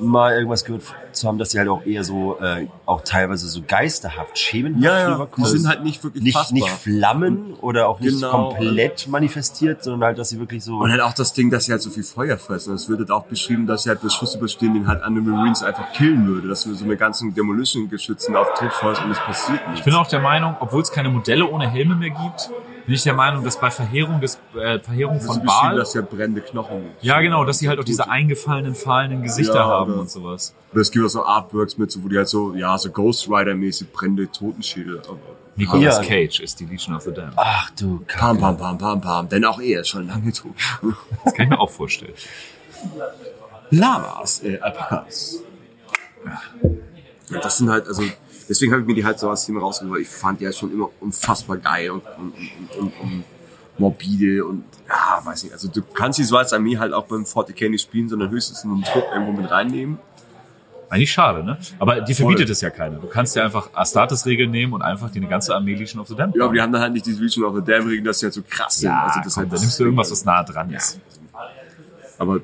[SPEAKER 4] mal irgendwas gehört zu haben, dass die halt auch eher so, äh, auch teilweise so geisterhaft schemenhaft
[SPEAKER 3] Ja, ja, die
[SPEAKER 4] rüberkommen.
[SPEAKER 3] sind halt nicht wirklich
[SPEAKER 4] nicht,
[SPEAKER 3] fassbar.
[SPEAKER 4] nicht Flammen oder auch nicht
[SPEAKER 3] Genau.
[SPEAKER 4] komplett manifestiert, sondern halt, dass sie wirklich so.
[SPEAKER 3] Und halt auch das Ding, dass sie halt so viel Feuer fressen. Es wird halt auch beschrieben, dass sie halt Beschuss überstehen, den halt andere Marines einfach killen würde. Dass du so mit ganzen Demolition-Geschützen auf Tod fällst und es passiert nichts.
[SPEAKER 2] Ich bin auch der Meinung, obwohl es keine Modelle ohne Helme mehr gibt, bin ich der Meinung, dass bei Verheerung, des, äh, Verheerung
[SPEAKER 3] von
[SPEAKER 2] von
[SPEAKER 3] beschrieben,
[SPEAKER 2] Baal,
[SPEAKER 3] dass sie halt brennende Knochen.
[SPEAKER 2] ja genau, dass sie halt auch diese eingefallenen, fahlenden Gesichter
[SPEAKER 3] Ja,
[SPEAKER 2] haben
[SPEAKER 3] aber-
[SPEAKER 2] und sowas.
[SPEAKER 3] Oder es gibt auch so Artworks mit, so, wo die halt so, ja, so Ghost Rider-mäßig brennende Totenschädel. äh,
[SPEAKER 2] Nicolas
[SPEAKER 4] Ja.
[SPEAKER 2] Cage ist die Legion of the Damned.
[SPEAKER 4] Ach du
[SPEAKER 3] Pam,
[SPEAKER 4] Kacke.
[SPEAKER 3] pam, pam, pam, pam. Denn auch er ist schon lange tot.
[SPEAKER 2] Das kann ich mir auch vorstellen.
[SPEAKER 3] Lamas, äh, Alpakas. Ja, das sind halt, also, deswegen habe ich mir die halt so aus dem rausgeholt, weil ich fand die halt schon immer unfassbar geil und, und, und, und, und morbide und, ja, weiß nicht, also du kannst die Schwarze Armee halt auch beim 40k nicht spielen, sondern höchstens in einen Druck irgendwo mit reinnehmen.
[SPEAKER 2] Eigentlich schade, ne? Aber die verbietet es ja keiner. Du kannst ja einfach Astartes-Regeln nehmen und einfach die ganze Armee Legion of the Damned.
[SPEAKER 3] Ja, aber die haben dann halt nicht diese Region of the Damn Regeln, dass die halt so krass sind.
[SPEAKER 2] ja,
[SPEAKER 3] also
[SPEAKER 2] komm,
[SPEAKER 3] das
[SPEAKER 2] dann
[SPEAKER 3] halt, das
[SPEAKER 2] nimmst du irgendwas, was nah dran ist.
[SPEAKER 3] Aber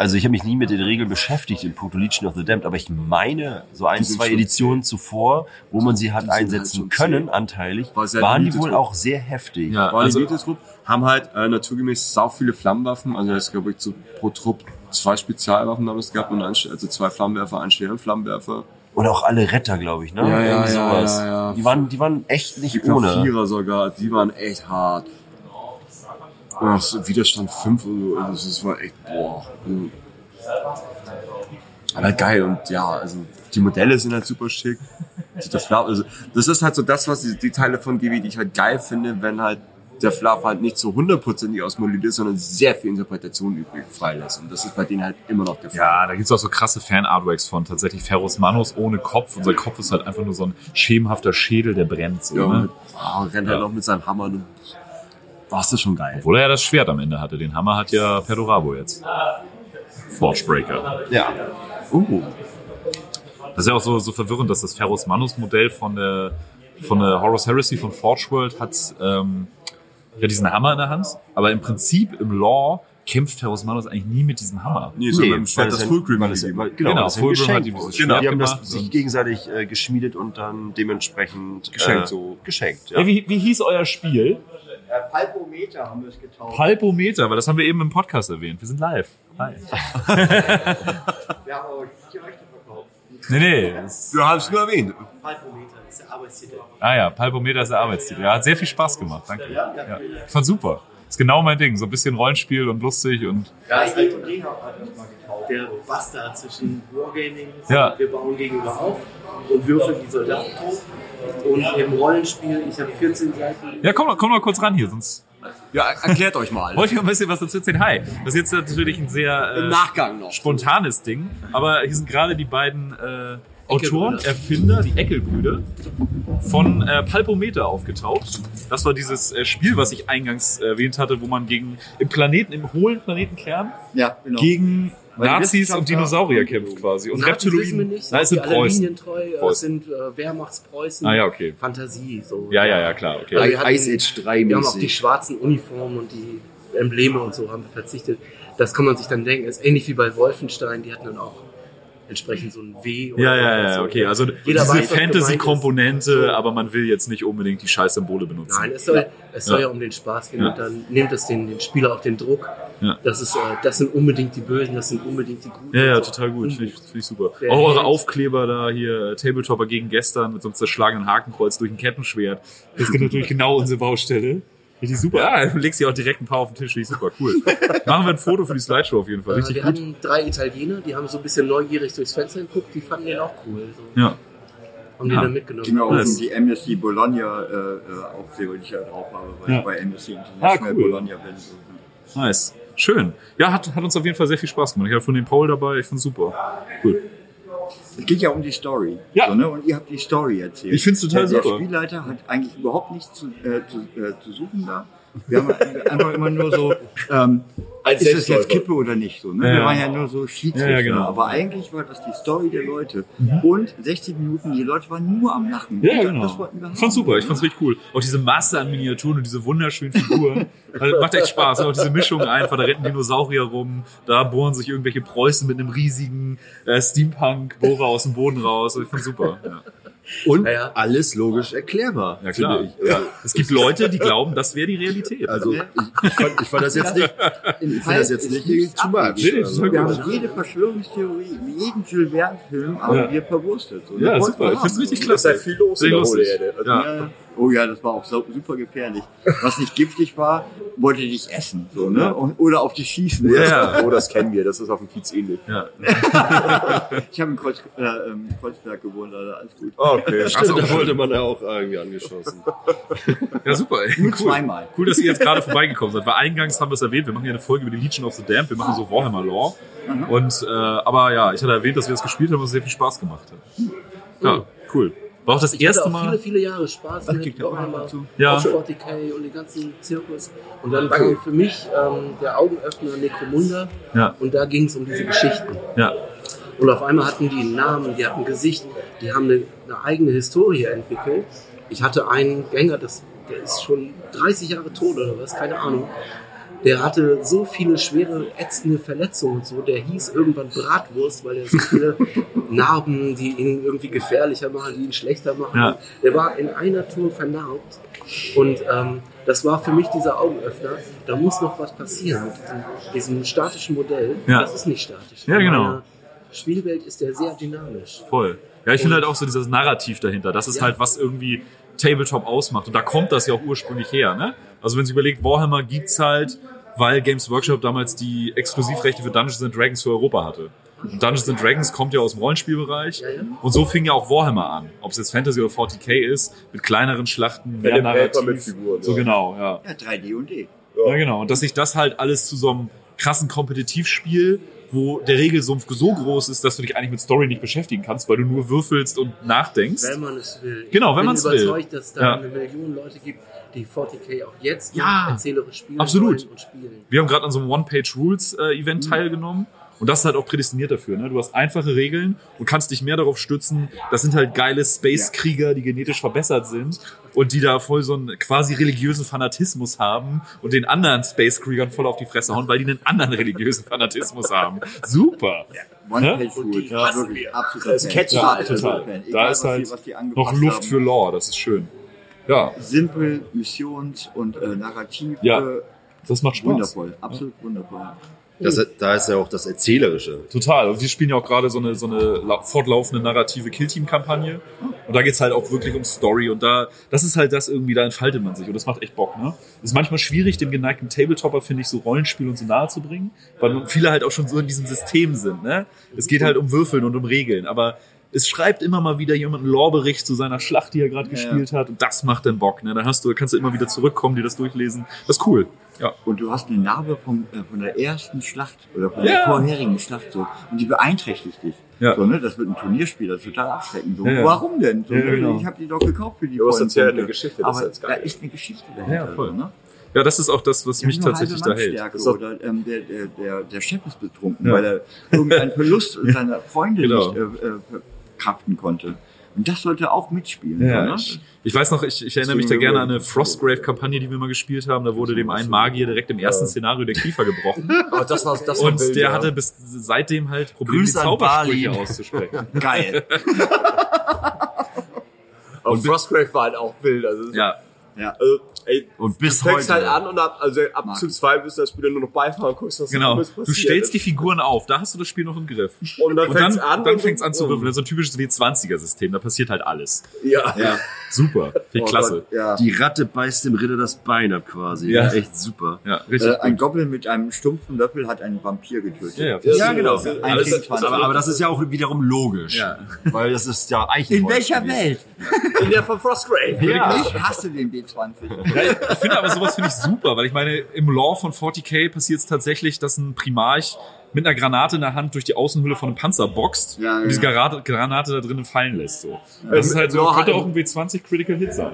[SPEAKER 4] Also ich habe mich nie mit den Regeln beschäftigt in Puerto Legion of the Damned, aber ich meine, so ein,
[SPEAKER 3] sind
[SPEAKER 4] zwei
[SPEAKER 3] schon
[SPEAKER 4] Editionen zuvor, wo man sie
[SPEAKER 3] Die
[SPEAKER 4] hat
[SPEAKER 3] sind
[SPEAKER 4] einsetzen
[SPEAKER 3] halt schon
[SPEAKER 4] können,
[SPEAKER 3] zäh.
[SPEAKER 4] anteilig,
[SPEAKER 3] War sehr
[SPEAKER 4] waren die
[SPEAKER 3] beliebte
[SPEAKER 4] wohl
[SPEAKER 3] Truppe.
[SPEAKER 4] auch sehr heftig.
[SPEAKER 2] Ja,
[SPEAKER 3] War
[SPEAKER 2] also,
[SPEAKER 3] die Trupp haben halt äh, naturgemäß sau viele Flammenwaffen. Also es glaube ich so pro Trupp zwei Spezialwaffen damals gehabt und ein, also zwei Flammenwerfer, einen schweren Flammenwerfer.
[SPEAKER 4] Und auch alle Retter, glaube ich, ne?
[SPEAKER 3] Ja, ja,
[SPEAKER 4] Irgendwie
[SPEAKER 3] ja,
[SPEAKER 4] sowas.
[SPEAKER 3] ja, ja.
[SPEAKER 4] Die waren, die waren echt nicht
[SPEAKER 3] Ich glaub,
[SPEAKER 4] ohne.
[SPEAKER 3] Vierer sogar, die waren echt hart. Ach, so Widerstand 5 oder so, also das war echt, boah. Also, Aber geil und ja, also die Modelle sind halt super schick. Der Flav, also, das ist halt so das, was die, die Teile von GW, die ich halt geil finde, wenn halt der Flav halt nicht so hundertprozentig ausmodelliert ist, sondern sehr viel Interpretation übrig freilässt. Und das ist bei denen halt immer noch der Fall.
[SPEAKER 2] ja, da gibt's auch so krasse Fan-Artworks von. Tatsächlich Ferrus Manus ohne Kopf. Unser Kopf ist halt einfach nur so ein schemenhafter Schädel, der brennt. So,
[SPEAKER 3] Ja, und
[SPEAKER 2] ne?
[SPEAKER 3] mit, oh, rennt halt
[SPEAKER 2] Ja.
[SPEAKER 3] auch mit seinem Hammer und warst du schon geil.
[SPEAKER 2] Obwohl er ja das Schwert am Ende hatte. Den Hammer hat ja Pedorabo jetzt. Forgebreaker.
[SPEAKER 4] Ja.
[SPEAKER 3] Oh,
[SPEAKER 2] Das ist ja auch so, so verwirrend, dass das Ferrus Manus Modell von der, von der Horus Heresy von Forge World hat, ähm, ja, diesen Hammer in der Hand. Aber im Prinzip, im Lore, kämpft Ferrus Manus eigentlich nie mit diesem Hammer.
[SPEAKER 3] nee, so mit dem
[SPEAKER 4] weil
[SPEAKER 3] Schwert das
[SPEAKER 4] ein-
[SPEAKER 3] Fulgrim
[SPEAKER 4] weil es-
[SPEAKER 3] gegeben.
[SPEAKER 4] weil- Genau,
[SPEAKER 2] Genau,
[SPEAKER 4] das ist ein
[SPEAKER 2] Fulgrim
[SPEAKER 4] Geschenk
[SPEAKER 2] hat die-
[SPEAKER 4] wurde.
[SPEAKER 2] genau,
[SPEAKER 4] die haben das
[SPEAKER 2] gemacht
[SPEAKER 4] sich
[SPEAKER 2] und-
[SPEAKER 4] gegenseitig äh, geschmiedet und dann dementsprechend
[SPEAKER 3] Geschenkt,
[SPEAKER 4] äh,
[SPEAKER 3] so.
[SPEAKER 4] geschenkt. Ja.
[SPEAKER 2] Ey, wie, wie hieß euer Spiel?
[SPEAKER 5] Äh, Palpometer haben wir es getauscht.
[SPEAKER 2] Palpometer, weil das haben wir eben im Podcast erwähnt. Wir sind live. Hi.
[SPEAKER 5] wir haben aber die Rechte verkauft.
[SPEAKER 2] Nee, nee. das-
[SPEAKER 3] Du hast es nur erwähnt.
[SPEAKER 5] Palpometer ist der Arbeitstitel.
[SPEAKER 2] Ah ja, Palpometer ist der Arbeitstitel. Ja, hat sehr viel Spaß gemacht. Danke. Ja, ich fand super. Ist genau mein Ding. So ein bisschen Rollenspiel und lustig und
[SPEAKER 5] Ja, ist halt D&D hat uns mal getauscht. Der Bastard zwischen Wargaming,
[SPEAKER 2] Ja.
[SPEAKER 5] wir bauen gegenüber auf und würfeln die Soldaten tot. Und im Rollenspiel, ich habe 14 Seiten.
[SPEAKER 2] Ja, komm, mal- komm mal kurz ran hier, sonst
[SPEAKER 3] Ja, er- erklärt euch mal.
[SPEAKER 2] wollte ich ein bisschen was dazu erzählen. Hi, das ist jetzt natürlich ein sehr äh,
[SPEAKER 3] Nachgang noch.
[SPEAKER 2] spontanes Ding, aber hier sind gerade die beiden äh, Autoren, Erfinder, die Eckelbrüder von äh, Palpometer aufgetaucht. Das war dieses äh, Spiel, was ich eingangs erwähnt hatte, wo man gegen im Planeten, im hohlen Planetenkern
[SPEAKER 5] Ja, genau.
[SPEAKER 2] gegen
[SPEAKER 5] Weil die
[SPEAKER 2] Nazis
[SPEAKER 5] Wissenschaftler-
[SPEAKER 2] und Dinosaurier kämpft quasi und
[SPEAKER 5] Nazis wissen wir
[SPEAKER 2] Reptiloiden.
[SPEAKER 5] nicht,
[SPEAKER 2] Nein, es
[SPEAKER 5] sind
[SPEAKER 2] sind
[SPEAKER 5] alle
[SPEAKER 2] Preußen.
[SPEAKER 5] linientreu, äh,
[SPEAKER 2] Preußen.
[SPEAKER 5] sind äh, Wehrmachtspreußen,
[SPEAKER 2] Ah ja, okay.
[SPEAKER 5] Fantasie. So.
[SPEAKER 2] Ja, ja, ja, klar, okay.
[SPEAKER 5] Also wir hatten-
[SPEAKER 6] Ice Age 3
[SPEAKER 5] Wir haben auf die
[SPEAKER 6] mäßig.
[SPEAKER 5] schwarzen Uniformen und die Embleme und so haben wir verzichtet. Das kann man sich dann denken, ist ähnlich wie bei Wolfenstein, die hatten dann auch entsprechend so ein W. oder
[SPEAKER 2] Ja, ja, ja,
[SPEAKER 5] so.
[SPEAKER 2] okay. Also
[SPEAKER 5] Jeder
[SPEAKER 2] diese
[SPEAKER 5] weiß, was gemeint ist.
[SPEAKER 2] Fantasy-Komponente, aber man will jetzt nicht unbedingt die scheiß Symbole benutzen.
[SPEAKER 5] Nein, es soll, es soll
[SPEAKER 2] Ja.
[SPEAKER 5] ja. um den Spaß gehen
[SPEAKER 2] Ja.
[SPEAKER 5] und dann nimmt es den, den Spieler auch den Druck.
[SPEAKER 2] Ja.
[SPEAKER 5] Das, ist, äh, das sind unbedingt die Bösen, das sind unbedingt die Guten.
[SPEAKER 2] Ja, ja,
[SPEAKER 5] und so.
[SPEAKER 2] total gut. Finde ich, find ich super.
[SPEAKER 5] Der
[SPEAKER 2] Auch eure
[SPEAKER 5] Held.
[SPEAKER 2] Aufkleber da hier, äh, Tabletopper gegen gestern mit so einem zerschlagenen Hakenkreuz durch ein Kettenschwert. Das ist natürlich genau unsere Baustelle. Richtig super. Ja, du legst dir auch direkt ein paar auf den Tisch. Richtig super, cool. Machen wir ein Foto für die Slideshow auf jeden Fall.
[SPEAKER 5] Äh,
[SPEAKER 2] Richtig
[SPEAKER 5] wir
[SPEAKER 2] gut.
[SPEAKER 5] hatten drei Italiener, die haben so ein bisschen neugierig durchs Fenster geguckt, die fanden den auch cool. So.
[SPEAKER 2] Ja.
[SPEAKER 5] Haben
[SPEAKER 2] Ja.
[SPEAKER 5] den dann mitgenommen.
[SPEAKER 6] Die mir auch
[SPEAKER 2] Alles.
[SPEAKER 6] die Amnesty Bologna äh, äh, Aufkleber, die ich ja drauf habe, weil
[SPEAKER 2] Ja.
[SPEAKER 6] ich bei Amnesty International
[SPEAKER 2] Ah, cool.
[SPEAKER 6] Bologna bin.
[SPEAKER 2] Nice. Schön. Ja, hat, hat uns auf jeden Fall sehr viel Spaß gemacht. Ich hatte von den Paul dabei. Ich find's super. Cool.
[SPEAKER 6] Es geht ja um die Story.
[SPEAKER 2] Ja.
[SPEAKER 6] So, ne? Und ihr habt die Story erzählt.
[SPEAKER 2] Ich find's total
[SPEAKER 6] der,
[SPEAKER 2] super.
[SPEAKER 6] Der Spielleiter hat eigentlich halt <laughs> überhaupt nichts zu, äh, zu, äh, zu suchen da. Wir haben einfach immer nur so, ähm, als
[SPEAKER 5] ist
[SPEAKER 6] ist es jetzt
[SPEAKER 5] Selbstläufer.
[SPEAKER 6] Kippe oder nicht so. Ne?
[SPEAKER 2] Ja,
[SPEAKER 6] Wir
[SPEAKER 2] ja.
[SPEAKER 6] waren ja nur so Schiedsrichter.
[SPEAKER 2] Ja, ja, genau. Mhm.
[SPEAKER 6] Aber eigentlich war das die Story der Leute. Und 60 Minuten, die Leute waren nur am Lachen.
[SPEAKER 2] Ja,
[SPEAKER 6] Und
[SPEAKER 2] genau.
[SPEAKER 6] Das wollten wir
[SPEAKER 2] Ich fand's
[SPEAKER 6] haben,
[SPEAKER 2] super, ich
[SPEAKER 6] ne?
[SPEAKER 2] fand's richtig cool. Auch diese Masse an Miniaturen und diese wunderschönen Figuren. Also, macht echt Spaß. Und auch diese Mischung einfach, da retten Dinosaurier rum, da bohren sich irgendwelche Preußen mit einem riesigen äh, Steampunk-Bohrer aus dem Boden raus. Also, ich fand's super. Ja.
[SPEAKER 4] Und
[SPEAKER 5] Ja, ja.
[SPEAKER 4] alles logisch erklärbar.
[SPEAKER 2] Ja, klar.
[SPEAKER 4] finde ich. Also,
[SPEAKER 2] Es gibt Leute, die glauben, das wäre die Realität.
[SPEAKER 4] also ich, ich, fand, ich fand das jetzt nicht, ich fand das jetzt
[SPEAKER 6] Nichts
[SPEAKER 4] nicht too much.
[SPEAKER 6] abwegig.
[SPEAKER 2] Nee, das ist
[SPEAKER 4] Also,
[SPEAKER 6] Wir
[SPEAKER 2] Ja,
[SPEAKER 6] haben jede Verschwörungstheorie, jeden Jules Verne-Film haben
[SPEAKER 2] Ja.
[SPEAKER 6] wir verwurstet. So,
[SPEAKER 2] ja,
[SPEAKER 6] das wollten wir
[SPEAKER 2] super. Ich find's
[SPEAKER 6] haben.
[SPEAKER 2] richtig
[SPEAKER 6] So,
[SPEAKER 5] Das ist ja
[SPEAKER 2] klasse.
[SPEAKER 5] viel los
[SPEAKER 2] Sehr
[SPEAKER 5] in der
[SPEAKER 2] lustig.
[SPEAKER 5] Hohlerde. Also,
[SPEAKER 2] Ja.
[SPEAKER 6] Ja. Oh ja, das war auch sau- super gefährlich. Was nicht giftig war, wollte dich essen. So, ne? Und- Oder auf dich schießen.
[SPEAKER 2] Ja.
[SPEAKER 7] <laughs> Oh, das kennen wir, das ist auf dem Kiez ähnlich.
[SPEAKER 2] Ja.
[SPEAKER 6] Ich habe in Kreuz, äh, ähm, Kreuzberg gewohnt, also alles gut.
[SPEAKER 7] Okay.
[SPEAKER 2] Oh, Ach so,
[SPEAKER 4] da
[SPEAKER 2] cool.
[SPEAKER 4] wurde man ja auch irgendwie angeschossen.
[SPEAKER 2] Ja, super. Ey.
[SPEAKER 6] Nur
[SPEAKER 2] Cool.
[SPEAKER 6] zweimal.
[SPEAKER 2] cool, dass ihr jetzt gerade vorbeigekommen seid, weil eingangs haben wir es erwähnt, wir machen ja eine Folge über die Legion of the Damned, wir machen so Warhammer Lore.
[SPEAKER 5] Mhm.
[SPEAKER 2] Und, äh, aber ja, ich hatte erwähnt, dass wir das gespielt haben, was sehr viel Spaß gemacht hat. Ja, cool. War auch das
[SPEAKER 5] Also Ich
[SPEAKER 2] erste
[SPEAKER 5] hatte auch viele,
[SPEAKER 2] Mal.
[SPEAKER 5] viele Jahre Spaß
[SPEAKER 6] Das
[SPEAKER 5] mit
[SPEAKER 6] klingt ja auch einfach
[SPEAKER 5] Warhammer,
[SPEAKER 6] zu.
[SPEAKER 2] Ja.
[SPEAKER 5] auf 40k und den ganzen Zirkus. Und dann kam für mich ähm, der Augenöffner Necromunda
[SPEAKER 2] Ja,
[SPEAKER 5] und da ging es um diese Geschichten.
[SPEAKER 2] ja,
[SPEAKER 5] Und auf einmal hatten die einen Namen, die hatten ein Gesicht, die haben eine, eine eigene Historie entwickelt. Ich hatte einen Gänger, das, der ist schon 30 Jahre tot oder was, keine Ahnung. Der hatte so viele schwere, ätzende Verletzungen und so. Der hieß irgendwann Bratwurst, weil er so
[SPEAKER 2] <laughs>
[SPEAKER 5] viele Narben, die ihn irgendwie gefährlicher machen, die ihn schlechter machen.
[SPEAKER 2] Ja.
[SPEAKER 5] Der war in einer Tour vernarbt. Und ähm, das war für mich dieser Augenöffner. Da muss noch was passieren mit diesem, diesem statischen Modell.
[SPEAKER 2] Ja.
[SPEAKER 5] Das ist nicht statisch.
[SPEAKER 2] Ja,
[SPEAKER 5] In
[SPEAKER 2] genau.
[SPEAKER 5] meiner Spielwelt ist der sehr dynamisch.
[SPEAKER 2] voll. Ja, ich finde halt auch so dieses Narrativ dahinter. Das ist
[SPEAKER 5] Ja.
[SPEAKER 2] halt, was irgendwie Tabletop ausmacht. Und da kommt das ja auch ursprünglich her, ne? Also wenn sich überlegt, Warhammer gibt's halt, weil Games Workshop damals die Exklusivrechte für Dungeons and Dragons für Europa hatte. Und Dungeons and Dragons kommt ja aus dem Rollenspielbereich.
[SPEAKER 5] Ja, ja.
[SPEAKER 2] Und so fing ja auch Warhammer an. Ob es jetzt Fantasy oder 40k ist, mit kleineren Schlachten, mehr
[SPEAKER 7] Pen and Paper
[SPEAKER 2] Narrativ.
[SPEAKER 7] mit Figuren,
[SPEAKER 2] so
[SPEAKER 7] ja.
[SPEAKER 2] genau, ja.
[SPEAKER 6] Ja, 3D und D.
[SPEAKER 2] Ja, genau. Und dass sich das halt alles zu so einem krassen Kompetitivspiel, wo der Regelsumpf so groß ist, dass du dich eigentlich mit Story nicht beschäftigen kannst, weil du nur würfelst und nachdenkst.
[SPEAKER 5] Wenn man es will. Ich
[SPEAKER 2] Genau, wenn
[SPEAKER 5] bin
[SPEAKER 2] man's will.
[SPEAKER 5] überzeugt, dass da
[SPEAKER 2] Ja.
[SPEAKER 5] eine Million Leute gibt, die 40k auch jetzt
[SPEAKER 2] Ja.
[SPEAKER 5] noch erzählerisch spielen
[SPEAKER 2] Absolut.
[SPEAKER 5] wollen und spielen.
[SPEAKER 2] Wir haben gerade an so einem One-Page-Rules-Event
[SPEAKER 6] Mhm.
[SPEAKER 2] teilgenommen. Und das ist halt auch prädestiniert dafür. Ne? Du hast einfache Regeln und kannst dich mehr darauf stützen. Das sind halt geile Space-Krieger, die genetisch verbessert sind und die da voll so einen quasi religiösen Fanatismus haben und den anderen Space-Kriegern voll auf die Fresse hauen, weil die einen anderen <laughs> religiösen Fanatismus haben. Super.
[SPEAKER 6] One
[SPEAKER 2] Ne?
[SPEAKER 6] Page Rule.
[SPEAKER 5] die
[SPEAKER 6] Ja,
[SPEAKER 5] hassen
[SPEAKER 6] wirklich absolut.
[SPEAKER 7] Das ist catchy,
[SPEAKER 2] Ja,
[SPEAKER 7] Alter.
[SPEAKER 2] total. Da ist halt Noch Luft für Lore, das ist schön. Ja,
[SPEAKER 6] Simpel, Missions- und äh, Narrativ.
[SPEAKER 2] Ja.
[SPEAKER 6] Äh,
[SPEAKER 2] das macht Spaß.
[SPEAKER 6] wundervoll, absolut wundervoll.
[SPEAKER 4] Das, da ist ja auch das Erzählerische.
[SPEAKER 2] Total. Und wir spielen ja auch gerade so eine, so eine la- fortlaufende narrative Killteam-Kampagne. Und da geht's halt auch wirklich um Story. Und da, das ist halt das irgendwie, da entfaltet man sich. Und das macht echt Bock, ne? Ist manchmal schwierig, dem geneigten Tabletopper, finde ich, so Rollenspiel und so nahe zu bringen, weil viele halt auch schon so in diesem System sind, ne? Es geht halt um Würfeln und um Regeln. Aber es schreibt immer mal wieder jemand einen Lorbericht zu seiner Schlacht, die er gerade gespielt hat. Und das macht dann Bock, ne? Dann hast du, kannst du immer wieder zurückkommen, dir das durchlesen. Das ist cool. Ja.
[SPEAKER 6] Und du hast eine Narbe vom, äh, von der ersten Schlacht oder von
[SPEAKER 2] Ja.
[SPEAKER 6] der vorherigen Schlacht so und die beeinträchtigt dich.
[SPEAKER 2] Ja.
[SPEAKER 6] So, ne? Das wird ein Turnierspiel, das ist total abschreckend. So.
[SPEAKER 2] Ja, ja.
[SPEAKER 6] Warum denn? So,
[SPEAKER 2] Ja,
[SPEAKER 6] ne?
[SPEAKER 2] genau.
[SPEAKER 6] Ich habe die doch gekauft für die
[SPEAKER 7] Du hast
[SPEAKER 6] vollen
[SPEAKER 7] erzählt
[SPEAKER 6] Punkte.
[SPEAKER 7] eine Geschichte, das ist
[SPEAKER 6] aber
[SPEAKER 7] jetzt
[SPEAKER 6] da
[SPEAKER 7] geil.
[SPEAKER 6] ist eine Geschichte dahinter.
[SPEAKER 2] Ja, voll.
[SPEAKER 6] so, Ne?
[SPEAKER 2] Ja, das ist auch das, was
[SPEAKER 6] Ja,
[SPEAKER 2] mich
[SPEAKER 6] nur halbe
[SPEAKER 2] tatsächlich da hält.
[SPEAKER 6] Mannstärke
[SPEAKER 7] Das ist doch-
[SPEAKER 6] Oder ähm, der, der, der, der Chef ist betrunken,
[SPEAKER 2] Ja.
[SPEAKER 6] weil er irgendeinen
[SPEAKER 2] <laughs>
[SPEAKER 6] Verlust seiner Freunde
[SPEAKER 2] Genau.
[SPEAKER 6] nicht äh, äh, verkraften konnte. Und das sollte auch mitspielen.
[SPEAKER 2] Ja,
[SPEAKER 6] so, ne?
[SPEAKER 2] ich, ich weiß noch, ich, ich erinnere mich da gerne an eine Frostgrave-Kampagne, die wir mal gespielt haben. Da wurde dem einen Magier direkt im ersten Szenario der Kiefer gebrochen.
[SPEAKER 7] <laughs> Aber das war, das war
[SPEAKER 2] Und
[SPEAKER 7] wild,
[SPEAKER 2] der
[SPEAKER 7] ja.
[SPEAKER 2] hatte bis seitdem halt Probleme, die
[SPEAKER 4] Grüße an
[SPEAKER 2] Zaubersprüche
[SPEAKER 4] Balin.
[SPEAKER 2] auszusprechen.
[SPEAKER 6] <laughs> Geil.
[SPEAKER 2] <laughs>
[SPEAKER 7] Aber Frostgrave war halt auch wild. Also,
[SPEAKER 2] Ja,
[SPEAKER 7] also ey,
[SPEAKER 4] Und bis
[SPEAKER 7] du fängst
[SPEAKER 4] heute.
[SPEAKER 7] halt an und ab, also ab
[SPEAKER 6] Marc.
[SPEAKER 7] zu zwei bist du das Spieler nur noch beifahren und guckst, was
[SPEAKER 2] genau.
[SPEAKER 7] alles
[SPEAKER 2] Du
[SPEAKER 7] passiert.
[SPEAKER 2] stellst die Figuren auf, da hast du das Spiel noch im Griff.
[SPEAKER 7] und dann
[SPEAKER 2] Und dann,
[SPEAKER 7] fängst an,
[SPEAKER 2] dann
[SPEAKER 7] und-
[SPEAKER 2] fängst an zu
[SPEAKER 7] oh.
[SPEAKER 2] würfeln. Das ist so ein typisches W20er-System, da passiert halt alles.
[SPEAKER 7] Ja.
[SPEAKER 6] ja.
[SPEAKER 2] Super, finde ich klasse.
[SPEAKER 6] Gott, ja.
[SPEAKER 4] Die Ratte beißt dem Ritter das Bein ab quasi.
[SPEAKER 2] Ja.
[SPEAKER 4] Echt super.
[SPEAKER 2] Ja, richtig.
[SPEAKER 6] Äh, ein Goblin mit einem stumpfen Löffel hat einen Vampir getötet. Äh,
[SPEAKER 2] ja, Also, ja.
[SPEAKER 7] Das-
[SPEAKER 4] Ja, genau.
[SPEAKER 7] das- das-
[SPEAKER 6] Ein
[SPEAKER 7] das-
[SPEAKER 6] Ding
[SPEAKER 7] das-
[SPEAKER 4] Aber, aber das ist ja auch wiederum logisch.
[SPEAKER 2] Ja.
[SPEAKER 4] Weil das ist ja eigentlich.
[SPEAKER 6] In welcher Welt?
[SPEAKER 7] in der von Frostgrave.
[SPEAKER 4] Ja.
[SPEAKER 6] Ich hasse den B20.
[SPEAKER 2] Ja, ich- ich finde aber sowas finde ich super, weil ich meine, im Lore von 40k passiert es tatsächlich, dass ein Primarch mit einer Granate in der Hand durch die Außenhülle von einem Panzer boxt
[SPEAKER 6] Ja,
[SPEAKER 2] und diese
[SPEAKER 6] ja.
[SPEAKER 2] Granate, Granate da drinnen fallen lässt. So. Das ist halt so,
[SPEAKER 7] ja,
[SPEAKER 2] könnte
[SPEAKER 7] ja.
[SPEAKER 2] auch ein W20 Critical Hit sein.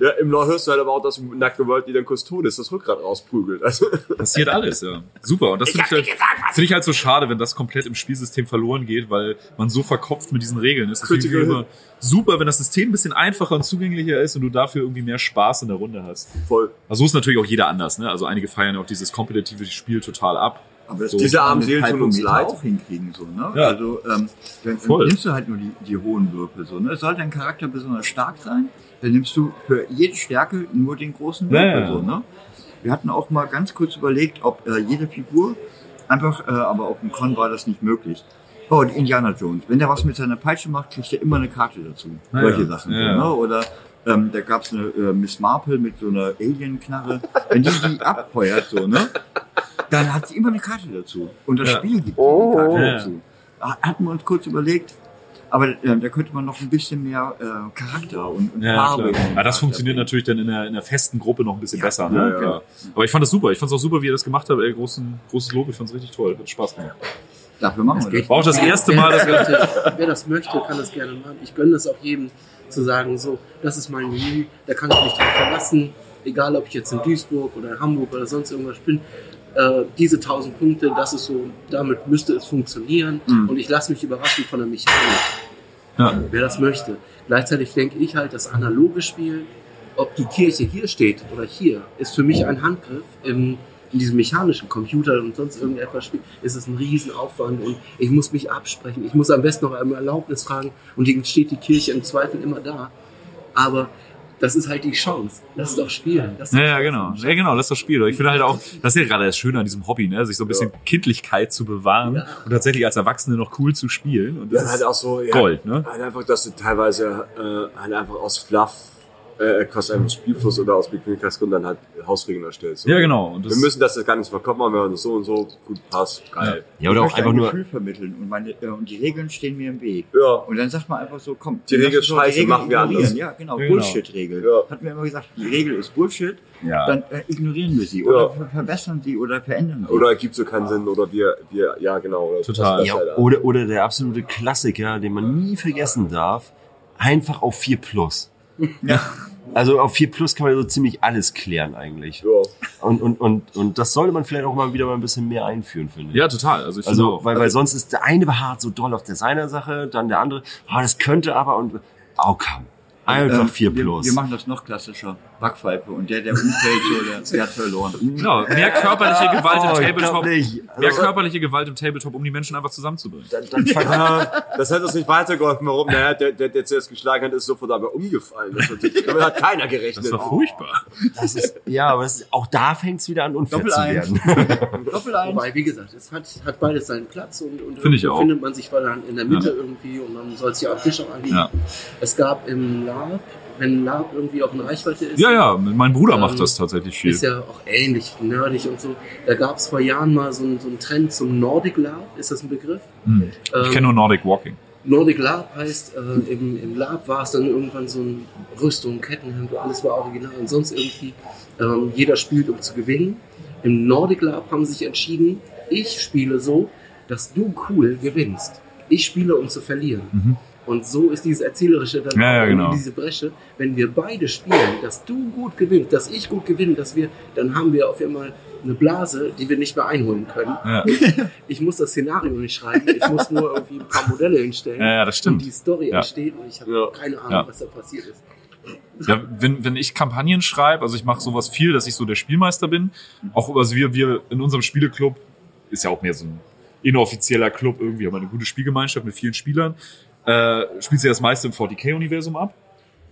[SPEAKER 7] Ja, Im Law hörst du halt aber auch, dass nackte World, die dann Custodes das Rückgrat rausprügelt. Also,
[SPEAKER 2] Passiert alles, ja. Super. Und das finde ich, halt, find ich halt so schade, wenn das komplett im Spielsystem verloren geht, weil man so verkopft mit diesen Regeln ist. Deswegen finde ich
[SPEAKER 7] Critical
[SPEAKER 2] immer super, wenn das System ein bisschen einfacher und zugänglicher ist und du dafür irgendwie mehr Spaß in der Runde hast.
[SPEAKER 7] voll.
[SPEAKER 2] Also so ist natürlich auch jeder anders, ne? Also einige feiern ja auch dieses kompetitive Spiel total ab.
[SPEAKER 6] Aber das
[SPEAKER 2] So.
[SPEAKER 6] diese
[SPEAKER 7] Diese armen
[SPEAKER 6] armen
[SPEAKER 7] Seelen tun uns leid.
[SPEAKER 6] auch hinkriegen, so, ne?
[SPEAKER 2] Ja.
[SPEAKER 6] Also, ähm, dann
[SPEAKER 2] Voll.
[SPEAKER 6] nimmst du halt nur die, die hohen Würfel, so, ne? Soll dein Charakter besonders stark sein, dann nimmst du für jede Stärke nur den großen
[SPEAKER 2] Ja,
[SPEAKER 6] Würfel,
[SPEAKER 2] ja.
[SPEAKER 6] so, ne? Wir hatten auch mal ganz kurz überlegt, ob äh, jede Figur einfach, äh, aber auf dem Con war das nicht möglich. Oh, und Indiana Jones. Wenn der was mit seiner Peitsche macht, kriegt er immer eine Karte dazu.
[SPEAKER 2] Ja,
[SPEAKER 6] Solche
[SPEAKER 2] ja.
[SPEAKER 6] Sachen.
[SPEAKER 2] Ja, ja.
[SPEAKER 6] So, ne? Oder ähm, da gab's eine äh, Miss Marple mit so einer Alien-Knarre. Wenn die die abfeuert, so, ne? Dann hat sie immer eine Karte dazu. Und das
[SPEAKER 2] Ja.
[SPEAKER 6] Spiel gibt oh, eine Karte
[SPEAKER 2] Ja.
[SPEAKER 6] dazu. Ha- Hatten wir uns kurz überlegt. Aber ähm, da könnte man noch ein bisschen mehr äh, Charakter und, und
[SPEAKER 2] Ja,
[SPEAKER 6] Farbe.
[SPEAKER 2] klar. Ja,
[SPEAKER 6] in den
[SPEAKER 2] das
[SPEAKER 6] Charakter
[SPEAKER 2] funktioniert
[SPEAKER 6] bringen.
[SPEAKER 2] natürlich dann in der, in der festen Gruppe noch ein bisschen besser.
[SPEAKER 6] ja,
[SPEAKER 2] Ne?
[SPEAKER 6] ja.
[SPEAKER 2] Klar. Aber ich fand das super. Ich fand es auch super, wie ihr das gemacht habt. Ey, großen, großes Lob. Ich fand es richtig toll. Hat Spaß gemacht.
[SPEAKER 6] Dafür machen wir das.
[SPEAKER 2] War auch das erste Mal, dass wir...
[SPEAKER 5] möchte, wer das möchte, kann das gerne machen. Ich gönne das auch jedem, zu sagen, so, das ist mein Menü, da kann ich mich drauf verlassen. Egal, ob ich jetzt in Duisburg oder in Hamburg oder sonst irgendwas bin. Äh, diese 1000 Punkte, das ist so, damit müsste es funktionieren.
[SPEAKER 2] Mhm.
[SPEAKER 5] Und ich lasse mich überraschen von der Mechanik.
[SPEAKER 2] Ja.
[SPEAKER 5] wer das möchte. Gleichzeitig denke ich halt, das analoge Spiel, ob die Kirche hier steht oder hier, ist für mich ein Handgriff im, in diesem mechanischen Computer und sonst irgendetwas Spiel. Ist es ein Riesenaufwand und ich muss mich absprechen. Ich muss am besten noch einmal Erlaubnis fragen und hier steht die Kirche im Zweifel immer da. Aber das ist halt die Chance. Das ist doch Spielen. Das ist
[SPEAKER 2] Ja, ja, genau. Ja, genau, das ist das Spiel. Ich finde halt auch, das ist ja gerade das Schöne an diesem Hobby, ne? sich so ein bisschen Kindlichkeit zu bewahren und tatsächlich als Erwachsene noch cool zu spielen. Und das
[SPEAKER 7] Dann
[SPEAKER 2] ist
[SPEAKER 7] halt auch so, ja,
[SPEAKER 2] Gold, ne?
[SPEAKER 7] Halt einfach, dass du teilweise äh, halt einfach aus Fluff, äh, aus einem Spielfluss oder aus Bequemlichkeitsgründen dann halt Hausregeln erstellst. So.
[SPEAKER 2] Ja, genau. Und das,
[SPEAKER 7] Wir müssen das jetzt gar nicht verkaufen, aber wenn das so und so gut passt, geil.
[SPEAKER 4] Ja, oder
[SPEAKER 6] Ich
[SPEAKER 4] auch
[SPEAKER 6] möchte
[SPEAKER 4] einfach
[SPEAKER 6] ein
[SPEAKER 4] nur.
[SPEAKER 6] Gefühl vermitteln und, meine, äh, und die Regeln stehen mir im Weg.
[SPEAKER 7] Ja.
[SPEAKER 6] Und dann sagt man einfach so, komm,
[SPEAKER 7] Die
[SPEAKER 6] lass
[SPEAKER 7] Regel
[SPEAKER 6] uns doch
[SPEAKER 7] scheiße,
[SPEAKER 6] Regeln
[SPEAKER 7] machen wir
[SPEAKER 6] ignorieren.
[SPEAKER 7] anders.
[SPEAKER 6] Ja, genau,
[SPEAKER 2] Genau.
[SPEAKER 6] Bullshit-Regel.
[SPEAKER 7] Ja.
[SPEAKER 6] Hat mir immer gesagt, die Regel ist Bullshit,
[SPEAKER 2] Ja.
[SPEAKER 6] dann äh, ignorieren wir sie
[SPEAKER 7] Ja.
[SPEAKER 6] oder ver- verbessern sie oder verändern sie.
[SPEAKER 7] Oder ergibt so keinen Sinn oder wir, wir ja genau. Oder
[SPEAKER 2] Total.
[SPEAKER 7] Das
[SPEAKER 4] Ja,
[SPEAKER 7] ist halt,
[SPEAKER 4] oder, oder der absolute Klassiker, den man nie vergessen darf, einfach auf 4 Plus. Also auf 4 Plus kann man so ziemlich alles klären eigentlich.
[SPEAKER 7] ja.
[SPEAKER 4] Und, und, und, und das sollte man vielleicht auch mal wieder mal ein bisschen mehr einführen, finde ich.
[SPEAKER 2] ja, total. Also ich finde
[SPEAKER 4] Also,
[SPEAKER 2] auch.
[SPEAKER 4] weil, weil sonst ist der eine beharrt so doll auf der seiner Sache, dann der andere, ah, das könnte aber und oh, komm. Einfach
[SPEAKER 6] Ähm,
[SPEAKER 4] 4
[SPEAKER 6] wir,
[SPEAKER 4] plus.
[SPEAKER 6] Wir machen das noch klassischer. Backpfeife. Und der, der umfällt, so, der, der
[SPEAKER 4] <laughs>
[SPEAKER 6] hat verloren.
[SPEAKER 2] Genau, mehr körperliche Gewalt im
[SPEAKER 4] Oh, ich
[SPEAKER 2] Tabletop.
[SPEAKER 4] glaub nicht.
[SPEAKER 2] Mehr
[SPEAKER 4] Also,
[SPEAKER 2] körperliche Gewalt im Tabletop, um die Menschen einfach zusammenzubringen.
[SPEAKER 7] Das hat uns nicht weitergeholfen. Warum? Naja, der, der, der zuerst geschlagen hat, ist sofort aber umgefallen. Das hat, damit hat keiner
[SPEAKER 2] Das
[SPEAKER 7] gerechnet.
[SPEAKER 5] Genau.
[SPEAKER 2] war furchtbar.
[SPEAKER 4] das ist, ja, aber das ist, auch da fängt es wieder an, unfair
[SPEAKER 6] Doppel
[SPEAKER 4] zu
[SPEAKER 6] eins.
[SPEAKER 4] werden.
[SPEAKER 6] Doppel eins.
[SPEAKER 5] Wobei, wie gesagt, es hat, hat beides seinen Platz und, und
[SPEAKER 2] Finde ich
[SPEAKER 5] irgendwie
[SPEAKER 2] auch.
[SPEAKER 5] findet man sich dann in der Mitte irgendwie und dann soll es ja auch Tisch auch anbieten.
[SPEAKER 2] Ja.
[SPEAKER 5] Es gab im Lab, wenn Lab irgendwie auch in Reichweite ist,
[SPEAKER 2] Ja, ja, mein Bruder
[SPEAKER 5] Ähm,
[SPEAKER 2] macht das tatsächlich viel.
[SPEAKER 5] ist ja auch ähnlich nerdig und so. Da gab es vor Jahren mal so, einen- so einen Trend zum Nordic Lab, ist das ein Begriff?
[SPEAKER 2] Hm. Ich
[SPEAKER 5] ähm,
[SPEAKER 2] kenne nur Nordic Walking.
[SPEAKER 5] Nordic Lab heißt, äh, im, im Lab war es dann irgendwann so ein Rüstung, Kettenhemd, alles war original und sonst irgendwie. Ähm, jeder spielt, um zu gewinnen. Im Nordic Lab haben sie sich entschieden, ich spiele so, dass du cool gewinnst. Ich spiele, um zu verlieren.
[SPEAKER 2] Mhm.
[SPEAKER 5] Und so ist dieses Erzählerische dann
[SPEAKER 2] Ja, ja,
[SPEAKER 5] auch irgendwie
[SPEAKER 2] genau.
[SPEAKER 5] diese Bresche. Wenn wir beide spielen, dass du gut gewinnst, dass ich gut gewinne, dass wir, dann haben wir auf einmal eine Blase, die wir nicht mehr einholen können. <laughs>
[SPEAKER 2] Ja.
[SPEAKER 5] Ich muss das Szenario nicht schreiben, ich muss nur irgendwie ein paar Modelle hinstellen.
[SPEAKER 2] Ja, ja, das stimmt.
[SPEAKER 5] Und die Story
[SPEAKER 2] Ja.
[SPEAKER 5] entsteht und ich habe keine Ahnung,
[SPEAKER 2] Ja.
[SPEAKER 5] was da passiert ist.
[SPEAKER 2] Ja, wenn, wenn ich Kampagnen schreibe, also ich mache sowas viel, dass ich so der Spielmeister bin. Auch also wir, wir in unserem Spieleclub ist ja auch mehr so ein inoffizieller Club irgendwie, aber eine gute Spielgemeinschaft mit vielen Spielern. Äh, spielt sie das meiste im 40k-Universum ab.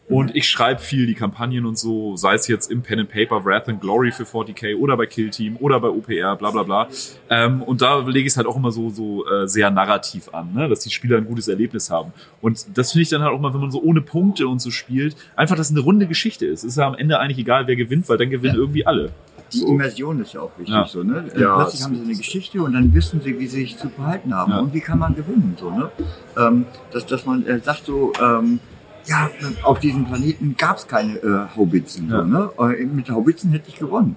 [SPEAKER 2] Und ich schreibe viel die Kampagnen und so, sei es jetzt im Pen and Paper, Wrath and Glory für 40k oder bei Kill Team oder bei OPR, bla bla bla. Ähm, und da lege ich es halt auch immer so, so äh, sehr narrativ an, ne? dass die Spieler ein gutes Erlebnis haben. Und das finde ich dann halt auch mal, wenn man so ohne Punkte und so spielt, einfach, dass es eine runde Geschichte ist. Ist ja am Ende eigentlich egal, wer gewinnt, weil dann gewinnen irgendwie alle.
[SPEAKER 6] <laughs> Die Immersion ist ja auch wichtig.
[SPEAKER 2] Ja.
[SPEAKER 6] So, ne?
[SPEAKER 7] Ja,
[SPEAKER 6] Plötzlich
[SPEAKER 7] es-
[SPEAKER 6] haben sie eine Geschichte und dann wissen sie, wie sie sich zu verhalten haben
[SPEAKER 2] Ja.
[SPEAKER 6] und wie kann man gewinnen. So, ne? ähm, dass, dass man äh, sagt so, ähm, ja, auf diesem Planeten gab es keine äh, Haubitzen.
[SPEAKER 2] Ja.
[SPEAKER 6] So, ne? äh, mit Haubitzen hätte ich gewonnen.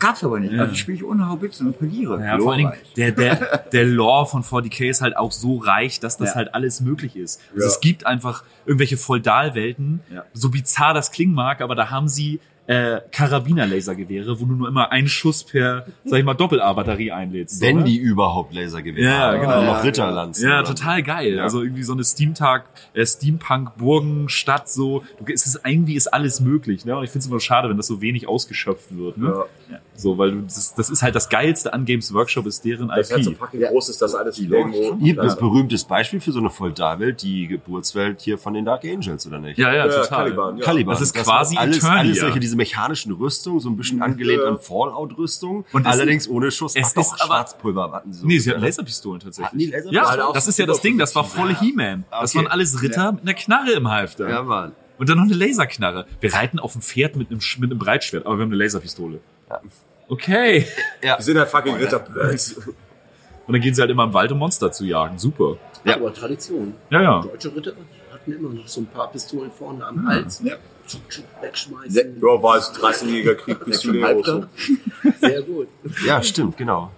[SPEAKER 6] Gab's aber nicht. Also spiele ich ohne Haubitzen und verliere.
[SPEAKER 2] Ja, vor allen Dingen
[SPEAKER 6] Glorreich.
[SPEAKER 2] der, der, der Lore von 40k ist halt auch so reich, dass das
[SPEAKER 6] Ja.
[SPEAKER 2] halt alles möglich ist. Also
[SPEAKER 3] Ja.
[SPEAKER 2] es gibt einfach irgendwelche Feudalwelten,
[SPEAKER 6] Ja.
[SPEAKER 2] so bizarr das klingen mag, aber da haben sie äh, Karabiner-Lasergewehre, wo du nur immer einen Schuss per, sag ich mal, Doppelarbatterie einlädst. so,
[SPEAKER 4] Wenn
[SPEAKER 2] ne?
[SPEAKER 4] die überhaupt Lasergewehre
[SPEAKER 2] Ja,
[SPEAKER 4] haben.
[SPEAKER 2] genau.
[SPEAKER 4] Oder
[SPEAKER 6] Ja,
[SPEAKER 4] noch Ritterlanzen.
[SPEAKER 2] Ja,
[SPEAKER 4] oder-
[SPEAKER 2] total geil.
[SPEAKER 4] Ja.
[SPEAKER 2] Also irgendwie so eine Steamtag, äh, Steampunk-Burgenstadt, so. Du, es ist irgendwie ist alles möglich, ne? Und ich finde es immer schade, wenn das so wenig ausgeschöpft wird, ne? So, weil du, das, das ist halt das geilste an Games Workshop, ist deren
[SPEAKER 3] Das
[SPEAKER 2] IP.
[SPEAKER 7] halt
[SPEAKER 3] ganze fucking groß ist das alles irgendwo.
[SPEAKER 4] Ihr
[SPEAKER 3] Ja.
[SPEAKER 4] habt ein berühmtes Beispiel für so eine Feudalwelt, die Geburtswelt hier von den Dark Angels, oder nicht?
[SPEAKER 2] ja, ja,
[SPEAKER 3] Ja,
[SPEAKER 2] total.
[SPEAKER 3] Äh, Caliban, ja.
[SPEAKER 4] Caliban.
[SPEAKER 2] Das ist
[SPEAKER 4] war
[SPEAKER 2] quasi
[SPEAKER 4] alles,
[SPEAKER 2] Eternia.
[SPEAKER 4] alles solche diese mechanischen Rüstungen, so ein bisschen angelehnt
[SPEAKER 3] Ja.
[SPEAKER 4] an Fallout-Rüstung,
[SPEAKER 2] Und es
[SPEAKER 4] allerdings ohne Schuss.
[SPEAKER 2] es
[SPEAKER 4] Ach doch,
[SPEAKER 2] ist aber-
[SPEAKER 4] Schwarzpulver hatten sie. so.
[SPEAKER 2] Nee, sie hatten Laserpistolen tatsächlich.
[SPEAKER 4] Hatten die Laserpistolen?
[SPEAKER 2] ja,
[SPEAKER 4] Also
[SPEAKER 2] das ist ja das Ding, das war voll He-Man. Das
[SPEAKER 4] Okay.
[SPEAKER 2] waren alles Ritter mit einer Knarre im Halfter.
[SPEAKER 4] Ja, Mann.
[SPEAKER 2] Und dann noch eine Laserknarre. Wir reiten auf dem Pferd mit einem, Sch- mit einem Breitschwert, aber wir haben eine Laserpistole. Okay.
[SPEAKER 3] Die sind halt fucking Ritterblöds.
[SPEAKER 2] Und dann gehen sie halt immer im Wald, um Monster zu jagen. Super.
[SPEAKER 4] Ja.
[SPEAKER 5] Aber Tradition.
[SPEAKER 2] Ja, ja.
[SPEAKER 5] Deutsche Ritter hatten immer noch so ein paar Pistolen vorne am Hals.
[SPEAKER 6] Ja.
[SPEAKER 5] Tschuk, tschuk, Wegschmeißen.
[SPEAKER 3] Ja, war es 30-jähriger Krieg bis zu Leo. So.
[SPEAKER 5] Halbter. Sehr gut.
[SPEAKER 4] Ja, stimmt, genau.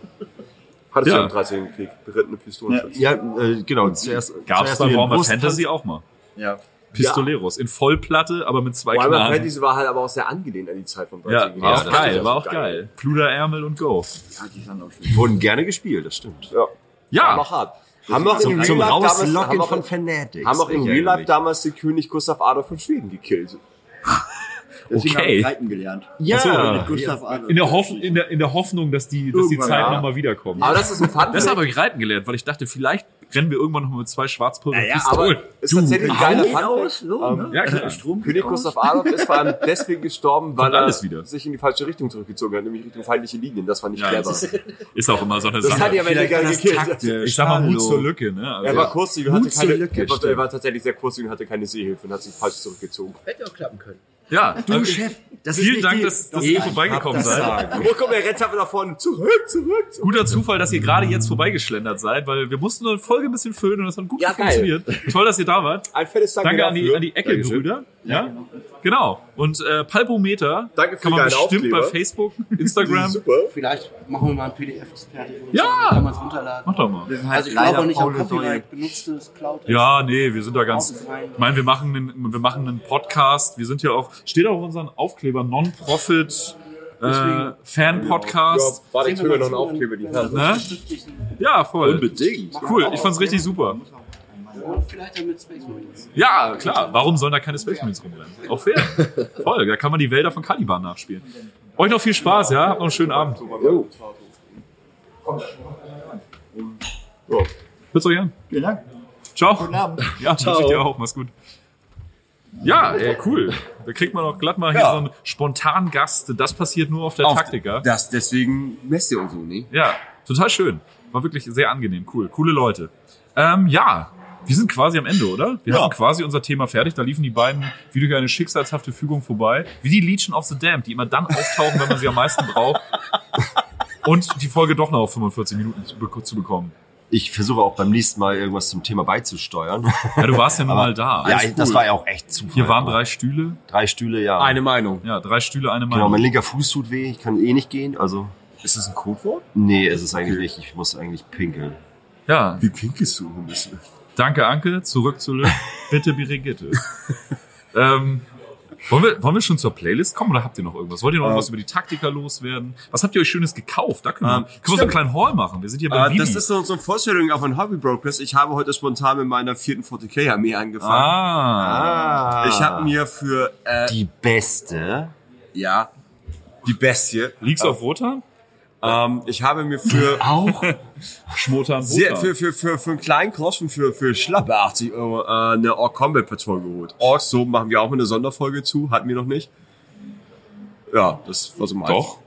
[SPEAKER 3] Hattest
[SPEAKER 2] Ja.
[SPEAKER 3] du einen 30-jährigen Krieg? Berittene Pistolen.
[SPEAKER 4] Ja, äh, genau. Zuerst,
[SPEAKER 2] Gab's
[SPEAKER 4] zuerst
[SPEAKER 2] bei
[SPEAKER 4] den
[SPEAKER 2] Warhammer
[SPEAKER 4] Brustpanzer-
[SPEAKER 2] Fantasy auch mal.
[SPEAKER 6] Ja.
[SPEAKER 2] Pistoleros. In Vollplatte, aber mit zwei
[SPEAKER 3] Warhammer
[SPEAKER 2] Knarren.
[SPEAKER 3] Fantasy war halt aber auch sehr angelehnt an die Zeit von
[SPEAKER 2] Ja,
[SPEAKER 3] 30-jährigen
[SPEAKER 2] war auch
[SPEAKER 3] Krieg.
[SPEAKER 2] geil, war auch geil. Pluderärmel und Go.
[SPEAKER 6] Ja, die sind auch schön.
[SPEAKER 4] Wurden gerne gespielt, das stimmt.
[SPEAKER 3] Ja.
[SPEAKER 2] Ja.
[SPEAKER 3] Haben auch hart. Haben auch
[SPEAKER 4] Zum,
[SPEAKER 3] in
[SPEAKER 4] zum
[SPEAKER 3] Real Life damals-
[SPEAKER 4] Rauslocken
[SPEAKER 3] haben auch
[SPEAKER 4] von
[SPEAKER 3] in-
[SPEAKER 4] Fanatics.
[SPEAKER 3] Haben auch
[SPEAKER 4] Ich
[SPEAKER 3] im
[SPEAKER 4] erinnere
[SPEAKER 3] Real Life
[SPEAKER 4] mich.
[SPEAKER 3] damals den König Gustav Adolf von Schweden gekillt.
[SPEAKER 6] Deswegen
[SPEAKER 2] Okay.
[SPEAKER 6] habe ich reiten gelernt.
[SPEAKER 4] Ja.
[SPEAKER 6] mit Gustav Adolf.
[SPEAKER 2] In der, Hoff in, der, in der Hoffnung, dass die, dass die
[SPEAKER 6] Irgendwann,
[SPEAKER 2] Zeit
[SPEAKER 3] ja. Ah,
[SPEAKER 2] nochmal wiederkommt.
[SPEAKER 3] Aber das ist
[SPEAKER 2] <laughs>
[SPEAKER 3] ein Fun.
[SPEAKER 2] Deshalb habe ich reiten gelernt, weil ich dachte, vielleicht rennen wir irgendwann nochmal mit zwei Schwarzpulver
[SPEAKER 6] Naja,
[SPEAKER 2] Pistolen.
[SPEAKER 3] ist tatsächlich ein geiler
[SPEAKER 6] Geht
[SPEAKER 3] Fun.
[SPEAKER 6] aus, so,
[SPEAKER 3] Ähm,
[SPEAKER 6] ne?
[SPEAKER 2] ja,
[SPEAKER 3] <laughs>
[SPEAKER 2] klar.
[SPEAKER 6] Strom geht
[SPEAKER 3] König
[SPEAKER 6] aus.
[SPEAKER 3] Gustav Adolf ist vor
[SPEAKER 2] <laughs>
[SPEAKER 3] allem deswegen gestorben, weil
[SPEAKER 2] Kommt
[SPEAKER 3] er
[SPEAKER 2] alles wieder.
[SPEAKER 3] sich in die falsche Richtung zurückgezogen hat, nämlich Richtung feindliche Linien. Das war nicht
[SPEAKER 2] Ja,
[SPEAKER 3] clever.
[SPEAKER 2] das Ist auch immer so eine
[SPEAKER 3] Das hat
[SPEAKER 2] Sache.
[SPEAKER 3] ja am Ende gar nicht gekillt.
[SPEAKER 2] Ich sag mal Mut zur Lücke, ne? Also,
[SPEAKER 3] Er war kurzig und
[SPEAKER 6] Mut
[SPEAKER 3] hatte keine,
[SPEAKER 6] zur Lücke,
[SPEAKER 3] er, war, er
[SPEAKER 6] stimmt.
[SPEAKER 3] war tatsächlich sehr kurzig und hatte keine Seehilfe und hat sich falsch zurückgezogen. <laughs>
[SPEAKER 5] Hätte auch klappen können.
[SPEAKER 2] ja,
[SPEAKER 6] Du,
[SPEAKER 2] also,
[SPEAKER 6] Chef, das ist
[SPEAKER 2] vielen
[SPEAKER 6] nicht
[SPEAKER 2] Dank,
[SPEAKER 6] die-
[SPEAKER 2] dass, dass
[SPEAKER 6] Nein,
[SPEAKER 2] ihr vorbeigekommen seid.
[SPEAKER 3] Wo kommt der Retter wieder vorne? Zurück, zurück, zurück.
[SPEAKER 2] Guter Zufall, dass ihr gerade jetzt vorbeigeschlendert seid, weil wir mussten eine Folge ein bisschen füllen und das hat gut
[SPEAKER 3] Ja, geil.
[SPEAKER 2] funktioniert. Toll, dass ihr da wart.
[SPEAKER 3] Ein fettes Danke,
[SPEAKER 2] Danke an die,
[SPEAKER 3] dafür.
[SPEAKER 2] an die Ecke, Brüder. Ja, genau. Und äh, Palpometer
[SPEAKER 3] Danke für
[SPEAKER 2] kann man
[SPEAKER 3] deine
[SPEAKER 2] bestimmt
[SPEAKER 3] Aufkleber.
[SPEAKER 2] bei Facebook, Instagram.
[SPEAKER 3] <laughs> Super.
[SPEAKER 5] Vielleicht machen wir mal ein PDF fertig. und
[SPEAKER 2] Ja!
[SPEAKER 5] so, Kann man es runterladen.
[SPEAKER 2] Mach doch mal.
[SPEAKER 6] Das ist halt
[SPEAKER 5] Also ich
[SPEAKER 6] leider
[SPEAKER 5] glaube nicht an
[SPEAKER 6] faule Säue.
[SPEAKER 5] Copyright benutztes Cloud.
[SPEAKER 2] Ja, nee, wir sind da ganz.
[SPEAKER 5] Augenfreien.
[SPEAKER 2] Ich meine, wir machen einen, wir machen einen Podcast. Wir sind ja auch, steht auch auf unseren Aufkleber, Non-Profit, äh, Fan-Podcast.
[SPEAKER 3] Ja, warte, ich
[SPEAKER 5] Sehen
[SPEAKER 3] will mir
[SPEAKER 5] wir
[SPEAKER 3] noch einen
[SPEAKER 5] mal zu,
[SPEAKER 3] Aufkleber in die
[SPEAKER 5] wenn-
[SPEAKER 3] Hand.
[SPEAKER 5] wenn wir
[SPEAKER 2] Ne?
[SPEAKER 5] das unterstützen.
[SPEAKER 2] Ja, voll.
[SPEAKER 4] Unbedingt.
[SPEAKER 2] Cool, ich fand's richtig super.
[SPEAKER 5] Und vielleicht dann mit Space Marines.
[SPEAKER 2] Ja, klar. Warum sollen da keine Space Marines rumrennen? Auch fair. Voll, da kann man die Wälder von Caliban nachspielen. Euch noch viel Spaß, ja? Habt noch einen schönen Abend. Hört's euch an.
[SPEAKER 6] Vielen Dank.
[SPEAKER 2] Ciao.
[SPEAKER 6] Guten Abend.
[SPEAKER 2] <laughs> Ja, wünsche ich dir auch. Mach's gut. Ja, ey, cool. Da kriegt man auch glatt mal hier
[SPEAKER 4] Ja.
[SPEAKER 2] so einen spontanen Gast. Das passiert nur auf der Taktika.
[SPEAKER 4] Das, deswegen messt ihr uns so, ne?
[SPEAKER 2] Ja, total schön. War wirklich sehr angenehm, cool. Coole Leute. Ähm, ja, wir sind quasi am Ende, oder? Wir
[SPEAKER 4] Ja.
[SPEAKER 2] haben quasi unser Thema fertig. Da liefen die beiden wie durch eine schicksalshafte Fügung vorbei. Wie die Legion of the Damned, die immer dann auftauchen, wenn man sie am meisten braucht. Und die Folge doch noch auf 45 Minuten zu, bek- zu bekommen.
[SPEAKER 4] Ich versuche auch beim nächsten Mal irgendwas zum Thema beizusteuern.
[SPEAKER 2] Ja, du warst ja nun mal da. Also
[SPEAKER 4] ja,
[SPEAKER 2] Alles
[SPEAKER 4] ich- das
[SPEAKER 2] cool.
[SPEAKER 4] war ja auch echt Zufall.
[SPEAKER 2] Hier waren drei Stühle.
[SPEAKER 4] drei Stühle, ja.
[SPEAKER 3] Meinung.
[SPEAKER 2] Ja, drei Stühle, eine
[SPEAKER 4] Genau,
[SPEAKER 2] Meinung.
[SPEAKER 4] mein linker Fuß tut weh, ich kann eh nicht gehen, also.
[SPEAKER 3] Ist das ein Codewort?
[SPEAKER 4] Nee, es ist eigentlich nicht, ich muss eigentlich pinkeln.
[SPEAKER 2] Ja,
[SPEAKER 3] Wie pinkelst du ein bisschen?
[SPEAKER 2] danke Anke, zurück zu Lö. Bitte Birgitte. ähm, wollen, wir, wollen wir schon zur Playlist kommen oder habt ihr noch irgendwas? Wollt ihr noch
[SPEAKER 3] Äh,
[SPEAKER 2] irgendwas über die Taktika loswerden? Was habt ihr euch Schönes gekauft? Da können wir,
[SPEAKER 3] Ähm,
[SPEAKER 2] können wir so einen kleinen Haul machen. Wir sind hier bei
[SPEAKER 3] Ah,
[SPEAKER 2] Vivi.
[SPEAKER 3] das ist so, so eine Vorstellung auf ein Hobby-Broadcast. Ich habe heute spontan mit meiner vierten 40k-Armee angefangen.
[SPEAKER 2] ah,
[SPEAKER 4] Ah.
[SPEAKER 3] Ich habe mir für, äh,
[SPEAKER 4] die beste.
[SPEAKER 3] ja, die Bestie.
[SPEAKER 2] liegst du auf Rotan?
[SPEAKER 3] Ähm, ich habe mir
[SPEAKER 6] <laughs>
[SPEAKER 3] für,
[SPEAKER 4] Auch?
[SPEAKER 2] Schmotan
[SPEAKER 3] sehr,
[SPEAKER 2] Rotan.
[SPEAKER 3] für, für, für, für einen kleinen Kosten, für, für schlappe 80 Euro, äh, eine Orc Combat Patrol geholt. Orcs, so machen wir auch mal eine Sonderfolge zu, hatten wir noch nicht. Ja, das war so mein.
[SPEAKER 2] Doch.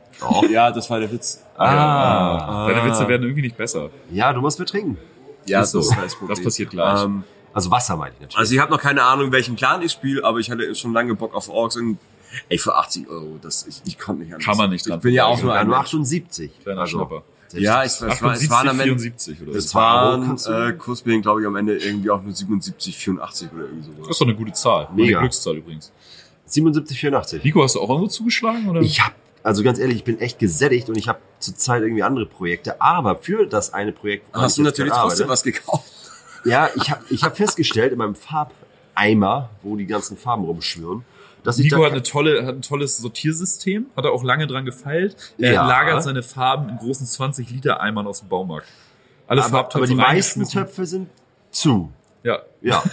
[SPEAKER 3] Ja, das war der Witz.
[SPEAKER 2] Ah, deine Witze werden irgendwie nicht besser.
[SPEAKER 4] Ja, du musst mir trinken.
[SPEAKER 3] Ja,
[SPEAKER 2] Ist so.
[SPEAKER 3] war Problem.
[SPEAKER 2] Das passiert gleich.
[SPEAKER 3] Ähm,
[SPEAKER 4] Also Wasser meine ich natürlich.
[SPEAKER 3] also ich habe noch keine Ahnung, welchen Clan ich spiele, aber ich hatte schon lange Bock auf Orks und ey, für 80 Euro, das, ich, ich konnte nicht anders.
[SPEAKER 2] Kann man nicht dran
[SPEAKER 3] Ich bin ja Also auch nur
[SPEAKER 4] Also
[SPEAKER 3] ein
[SPEAKER 4] ja, nur Also
[SPEAKER 3] Mensch.
[SPEAKER 4] 78.
[SPEAKER 2] Kleiner Schnapper.
[SPEAKER 3] Ja, ich, es, war, es waren am Ende,
[SPEAKER 2] 74 oder so.
[SPEAKER 3] es
[SPEAKER 2] Das
[SPEAKER 4] Euro
[SPEAKER 3] waren
[SPEAKER 4] kannst du-
[SPEAKER 3] äh, Kursbedingt, glaube ich, am Ende irgendwie auch nur 77, 84 oder irgendwie sowas.
[SPEAKER 2] ist doch eine gute Zahl. Eine
[SPEAKER 4] Mega.
[SPEAKER 2] Glückszahl übrigens.
[SPEAKER 4] 77, 84.
[SPEAKER 2] Nico, hast du auch irgendwo zugeschlagen? Oder?
[SPEAKER 4] Ich habe also ganz ehrlich, ich bin echt gesättigt und ich habe zurzeit irgendwie andere Projekte. Aber für das eine Projekt, woran
[SPEAKER 7] Hast
[SPEAKER 4] ich
[SPEAKER 7] du
[SPEAKER 4] jetzt
[SPEAKER 7] natürlich
[SPEAKER 4] gerade
[SPEAKER 7] trotzdem
[SPEAKER 4] arbeite-
[SPEAKER 7] was gekauft.
[SPEAKER 4] Ja, ich habe ich hab festgestellt in meinem Farbeimer, wo die ganzen Farben rumschwirren, dass ich
[SPEAKER 2] Nico
[SPEAKER 4] da
[SPEAKER 2] hat, eine tolle, hat ein tolles Sortiersystem, hat er auch lange dran gefeilt. Er
[SPEAKER 4] Ja.
[SPEAKER 2] lagert seine Farben in großen 20-Liter-Eimern aus dem Baumarkt. Alle
[SPEAKER 4] aber,
[SPEAKER 2] Farbtöpfe
[SPEAKER 4] aber die meisten
[SPEAKER 2] reingeschmissen.
[SPEAKER 4] Töpfe sind halt zu.
[SPEAKER 2] Ja,
[SPEAKER 4] Ja,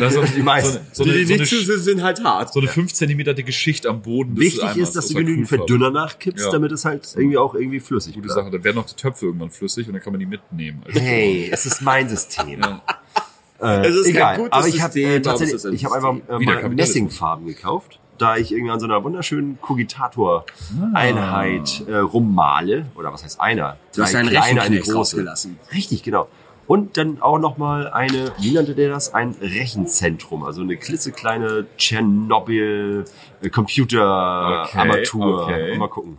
[SPEAKER 2] das ist
[SPEAKER 4] Die meisten.
[SPEAKER 2] <laughs> So eine, so eine,
[SPEAKER 7] zu
[SPEAKER 2] so eine,
[SPEAKER 7] sind, sind halt hart.
[SPEAKER 2] so eine 5 cm dicke Schicht am Boden. des
[SPEAKER 4] wichtig
[SPEAKER 2] Eimers.
[SPEAKER 4] ist, dass
[SPEAKER 2] Das
[SPEAKER 4] du
[SPEAKER 2] war
[SPEAKER 4] genügend
[SPEAKER 2] cool,
[SPEAKER 4] Verdünner nachkippst,
[SPEAKER 2] Ja.
[SPEAKER 4] damit es halt irgendwie auch irgendwie flüssig
[SPEAKER 2] Gute
[SPEAKER 4] bleibt.
[SPEAKER 2] Sache, dann werden auch die Töpfe irgendwann flüssig und dann kann man die mitnehmen. Also,
[SPEAKER 4] Hey, es ist mein System.
[SPEAKER 2] Ja.
[SPEAKER 4] Äh,
[SPEAKER 7] Es ist kein
[SPEAKER 4] egal,
[SPEAKER 7] gutes
[SPEAKER 4] aber ich habe
[SPEAKER 7] System,
[SPEAKER 4] äh,
[SPEAKER 7] aber
[SPEAKER 4] tatsächlich,
[SPEAKER 7] es ist ein
[SPEAKER 4] ich habe
[SPEAKER 7] System.
[SPEAKER 4] einfach äh,
[SPEAKER 2] Wieder
[SPEAKER 4] mal
[SPEAKER 2] Kapitalismus.
[SPEAKER 4] Messingfarben gekauft, da ich irgendwie an so einer wunderschönen
[SPEAKER 2] Ah.
[SPEAKER 4] Kogitator-Einheit äh, rummale oder was heißt einer?
[SPEAKER 7] Du hast
[SPEAKER 4] Drei
[SPEAKER 7] einen
[SPEAKER 4] kleine, eine
[SPEAKER 7] Rechenknecht
[SPEAKER 4] große.
[SPEAKER 7] rausgelassen.
[SPEAKER 4] Richtig, genau. Und dann auch nochmal eine, wie nannte der das? Ein Rechenzentrum, also eine klitzekleine
[SPEAKER 2] Okay,
[SPEAKER 4] Tschernobyl-Computer-Armatur.
[SPEAKER 2] okay.
[SPEAKER 4] Mal gucken.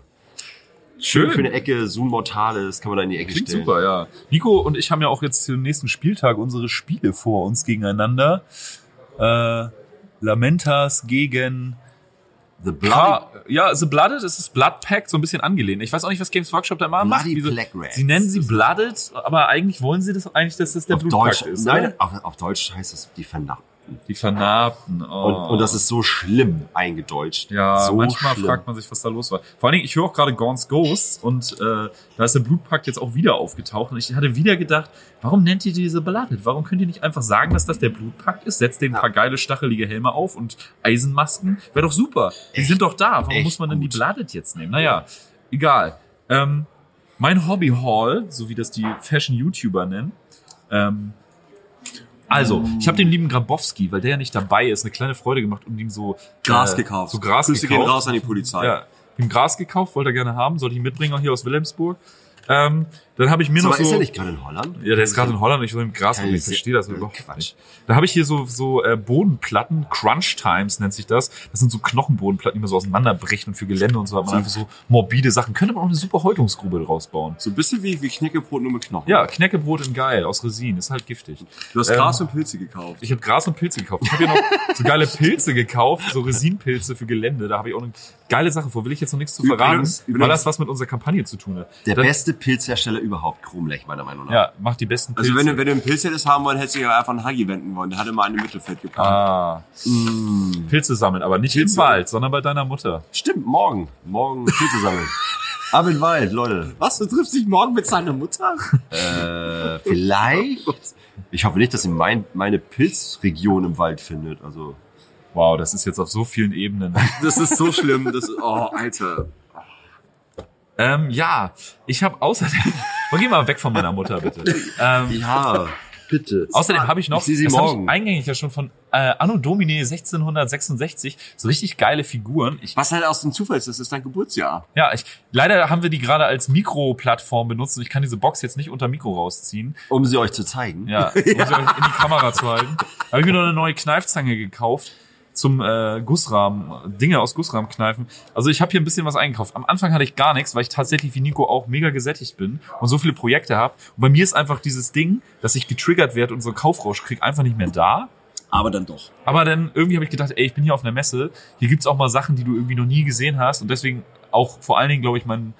[SPEAKER 2] Schön.
[SPEAKER 4] Für eine Ecke, Zoom Mortales, kann man da in die Ecke
[SPEAKER 2] Klingt
[SPEAKER 4] stellen.
[SPEAKER 2] super, ja. Nico und ich haben ja auch jetzt zum nächsten Spieltag unsere Spiele vor uns gegeneinander. Äh, Lamentas gegen
[SPEAKER 4] The Bloody,
[SPEAKER 2] Ka ja, The Blooded es ist das Blood Pack so ein bisschen angelehnt. Ich weiß auch nicht, was Games Workshop da immer macht.
[SPEAKER 4] Bloody
[SPEAKER 2] Wieso-
[SPEAKER 4] Black Rats.
[SPEAKER 2] sie nennen sie Blooded, aber eigentlich wollen sie das eigentlich, dass das der
[SPEAKER 4] auf Deutsch,
[SPEAKER 2] Blutpakt ist. ne?
[SPEAKER 4] nein,
[SPEAKER 2] oder?
[SPEAKER 4] auf, auf Deutsch heißt das die Vernachtung.
[SPEAKER 2] Die Vernarbten. Oh.
[SPEAKER 4] Und, und das ist so schlimm eingedeutscht.
[SPEAKER 2] Ja,
[SPEAKER 4] so
[SPEAKER 2] manchmal
[SPEAKER 4] schlimm.
[SPEAKER 2] fragt man sich, was da los war. Vor allen Dingen, ich höre auch gerade Gorns Ghost und äh, da ist der Blutpakt jetzt auch wieder aufgetaucht und ich hatte wieder gedacht, warum nennt ihr diese Beladet? Warum könnt ihr nicht einfach sagen, dass das der Blutpakt ist? Setzt denen ein paar geile stachelige Helme auf und Eisenmasken? Wäre doch super. Die sind doch da. Warum
[SPEAKER 4] echt
[SPEAKER 2] muss man denn
[SPEAKER 4] gut.
[SPEAKER 2] die Beladet jetzt nehmen? Naja, egal. Ähm, mein Hobby Hall, so wie das die Fashion-YouTuber nennen, ähm, also, ich habe dem lieben Grabowski, weil der ja nicht dabei ist, eine kleine Freude gemacht und ihm so äh,
[SPEAKER 7] Gras gekauft.
[SPEAKER 2] So Gras
[SPEAKER 7] Grüße
[SPEAKER 2] gekauft.
[SPEAKER 7] gehen raus an die Polizei.
[SPEAKER 2] Ja, ihm Gras gekauft, wollte er gerne haben, sollte ich ihn mitbringen, auch hier aus Wilhelmsburg. Ähm, dann habe ich mir
[SPEAKER 4] So,
[SPEAKER 2] noch
[SPEAKER 4] aber
[SPEAKER 2] so.
[SPEAKER 4] ist er nicht gerade in Holland?
[SPEAKER 2] Ja, der ist gerade in Holland, ich will im Gras
[SPEAKER 4] Ja,
[SPEAKER 2] bringen. Ich
[SPEAKER 4] ist-
[SPEAKER 2] verstehe das
[SPEAKER 4] ja,
[SPEAKER 2] überhaupt
[SPEAKER 4] Quatsch.
[SPEAKER 2] nicht. Da habe ich hier so, so äh, Bodenplatten, Crunch Times nennt sich das. Das sind so Knochenbodenplatten, die man so auseinanderbrechen und für Gelände und so hat man einfach so morbide Sachen. Könnte man auch eine super Häutungsgrube draus bauen.
[SPEAKER 7] So ein bisschen wie, wie Knäckebrot nur mit Knochen.
[SPEAKER 2] Ja, Knäckebrot in Geil aus Resin, ist halt giftig.
[SPEAKER 7] Du hast
[SPEAKER 2] Ähm,
[SPEAKER 7] Gras und Pilze gekauft.
[SPEAKER 2] Ich habe Gras und Pilze gekauft. Ich habe
[SPEAKER 7] <laughs>
[SPEAKER 2] ja noch so geile Pilze gekauft, so Resinpilze für Gelände. Da habe ich auch eine geile Sache vor. Will ich jetzt noch nichts zu verraten,
[SPEAKER 7] Übrigens-
[SPEAKER 2] weil das was mit unserer Kampagne zu tun hat.
[SPEAKER 4] Der
[SPEAKER 2] Dann-
[SPEAKER 4] beste Pilzhersteller überhaupt, Kromlech, meiner Meinung nach.
[SPEAKER 2] Ja, macht die besten Pilze.
[SPEAKER 7] Also wenn du, wenn du einen Pilz hättest haben wollen, hättest du ja einfach einen Huggy wenden wollen. Der hatte mal einen im Mittelfeld gepackt.
[SPEAKER 2] ah,
[SPEAKER 7] Mm.
[SPEAKER 2] Pilze sammeln, aber nicht im Wald, sondern bei deiner Mutter.
[SPEAKER 4] Stimmt, morgen. Morgen Pilze
[SPEAKER 2] <laughs>
[SPEAKER 4] sammeln. Ab in den Wald,
[SPEAKER 2] Ah.
[SPEAKER 4] Leute.
[SPEAKER 7] Was, du triffst dich morgen mit seiner Mutter?
[SPEAKER 4] Äh, vielleicht. Ich hoffe nicht, dass ihr mein, meine Pilzregion im Wald findet. Also,
[SPEAKER 2] Wow, das ist jetzt auf so
[SPEAKER 7] <laughs>
[SPEAKER 2] vielen Ebenen.
[SPEAKER 7] <laughs> Das ist so schlimm. Das ist, oh, Alter.
[SPEAKER 2] ähm, ja, ich habe außerdem... <laughs> Oh, geh mal weg von meiner Mutter, bitte.
[SPEAKER 7] <laughs>
[SPEAKER 2] Ähm,
[SPEAKER 4] ja, bitte.
[SPEAKER 2] Außerdem habe ich noch,
[SPEAKER 4] Ich sehe sie
[SPEAKER 2] das
[SPEAKER 4] morgen.
[SPEAKER 2] ich eingängig ja schon von äh, Anno Domine 1666, so richtig geile Figuren. Ich
[SPEAKER 7] Was halt aus dem Zufall ist, das ist dein Geburtsjahr.
[SPEAKER 2] Ja, ich, leider haben wir die gerade als Mikroplattform benutzt und ich kann diese Box jetzt nicht unter Mikro rausziehen.
[SPEAKER 4] Um sie euch zu zeigen. <laughs>
[SPEAKER 2] Ja, um sie euch in die Kamera zu halten. Habe ich mir noch eine neue Kneifzange gekauft zum äh, Gussrahmen, Dinge aus Gussrahmenkneifen. Also ich habe hier ein bisschen was eingekauft. Am Anfang hatte ich gar nichts, weil ich tatsächlich wie Nico auch mega gesättigt bin und so viele Projekte habe. Und bei mir ist einfach dieses Ding, dass ich getriggert werde und so einen Kaufrausch krieg, einfach nicht mehr da.
[SPEAKER 7] Aber dann doch.
[SPEAKER 2] Aber dann irgendwie habe ich gedacht, ey, ich bin hier auf einer Messe, hier gibt's auch mal Sachen, die du irgendwie noch nie gesehen hast und deswegen auch vor allen Dingen, glaube ich, mein,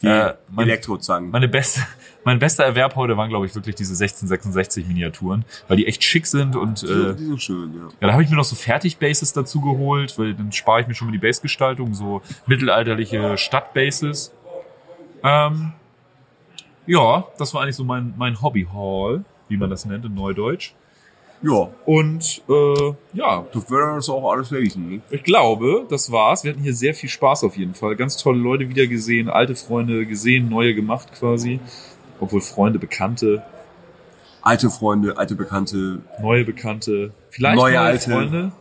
[SPEAKER 7] Die
[SPEAKER 2] äh, mein
[SPEAKER 7] Elektrozangen.
[SPEAKER 2] meine beste, <laughs> mein bester Erwerb heute waren, glaube ich, wirklich diese 1666 Miniaturen, weil die echt schick sind und äh,
[SPEAKER 7] die sind schön, ja.
[SPEAKER 2] ja, da habe ich mir noch so Fertig-Bases dazu geholt, weil dann spare ich mir schon mal die Base-Gestaltung, so mittelalterliche Stadt-Bases. Ähm, ja, das war eigentlich so mein, mein Hobby-Haul, wie man das nennt in Neudeutsch.
[SPEAKER 7] Ja,
[SPEAKER 2] Und äh, ja,
[SPEAKER 7] das wäre das auch alles gewesen. Ne?
[SPEAKER 2] ich glaube, das war's. Wir hatten hier sehr viel Spaß auf jeden Fall. Ganz tolle Leute wieder gesehen, alte Freunde gesehen, neue gemacht quasi. Obwohl Freunde, Bekannte,
[SPEAKER 7] Alte Freunde, alte Bekannte,
[SPEAKER 2] neue Bekannte, vielleicht
[SPEAKER 7] Neue
[SPEAKER 2] neue,
[SPEAKER 7] Alte.
[SPEAKER 2] Freunde,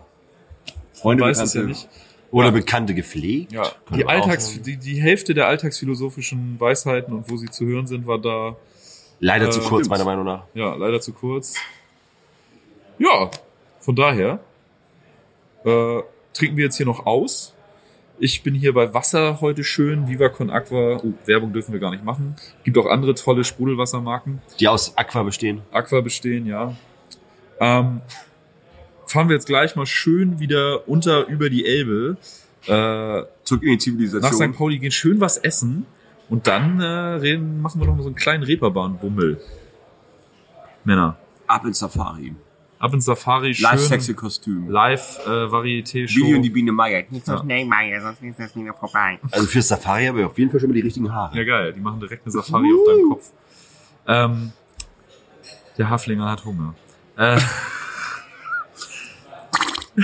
[SPEAKER 7] Freunde,
[SPEAKER 2] man weiß es
[SPEAKER 7] Bekannte.
[SPEAKER 2] ja nicht.
[SPEAKER 4] Oder
[SPEAKER 2] Ja.
[SPEAKER 4] Bekannte gepflegt.
[SPEAKER 2] Ja,
[SPEAKER 4] Können
[SPEAKER 2] die,
[SPEAKER 4] wir auch
[SPEAKER 2] Alltags,
[SPEAKER 4] sagen.
[SPEAKER 2] die, die Hälfte der alltagsphilosophischen Weisheiten und wo sie zu hören sind, war da.
[SPEAKER 4] Leider
[SPEAKER 2] Äh,
[SPEAKER 4] zu kurz,
[SPEAKER 2] stimmt.
[SPEAKER 4] meiner Meinung nach.
[SPEAKER 2] Ja, leider zu kurz. Ja, von daher äh, trinken wir jetzt hier noch aus. Ich bin hier bei Wasser heute schön. Viva Con Aqua. Oh, Werbung dürfen wir gar nicht machen. Gibt auch andere tolle Sprudelwassermarken.
[SPEAKER 4] Die aus Aqua bestehen.
[SPEAKER 2] Aqua bestehen, ja. Ähm, fahren wir jetzt gleich mal schön wieder unter über die Elbe
[SPEAKER 3] äh, zurück in die
[SPEAKER 2] Nach St.
[SPEAKER 3] Zivilisation.
[SPEAKER 2] Pauli gehen schön was essen und dann äh, reden, machen wir noch mal so einen kleinen Reeperbahnbummel. Männer.
[SPEAKER 3] Ab ins Safari.
[SPEAKER 2] Ab ins Safari, schön. äh,
[SPEAKER 3] Live-Sexy-Kostüm.
[SPEAKER 2] Live-Variété-Show.
[SPEAKER 3] Billy und die Biene Meier.
[SPEAKER 6] Nein, Maya, sonst ist das nie mehr vorbei.
[SPEAKER 4] Also für Safari habe ich auf jeden Fall schon mal die richtigen Haare.
[SPEAKER 2] Ja, geil. Die machen direkt eine Safari auf deinem Kopf. Ähm, der Haflinger hat Hunger.
[SPEAKER 3] <laughs>
[SPEAKER 2] Äh,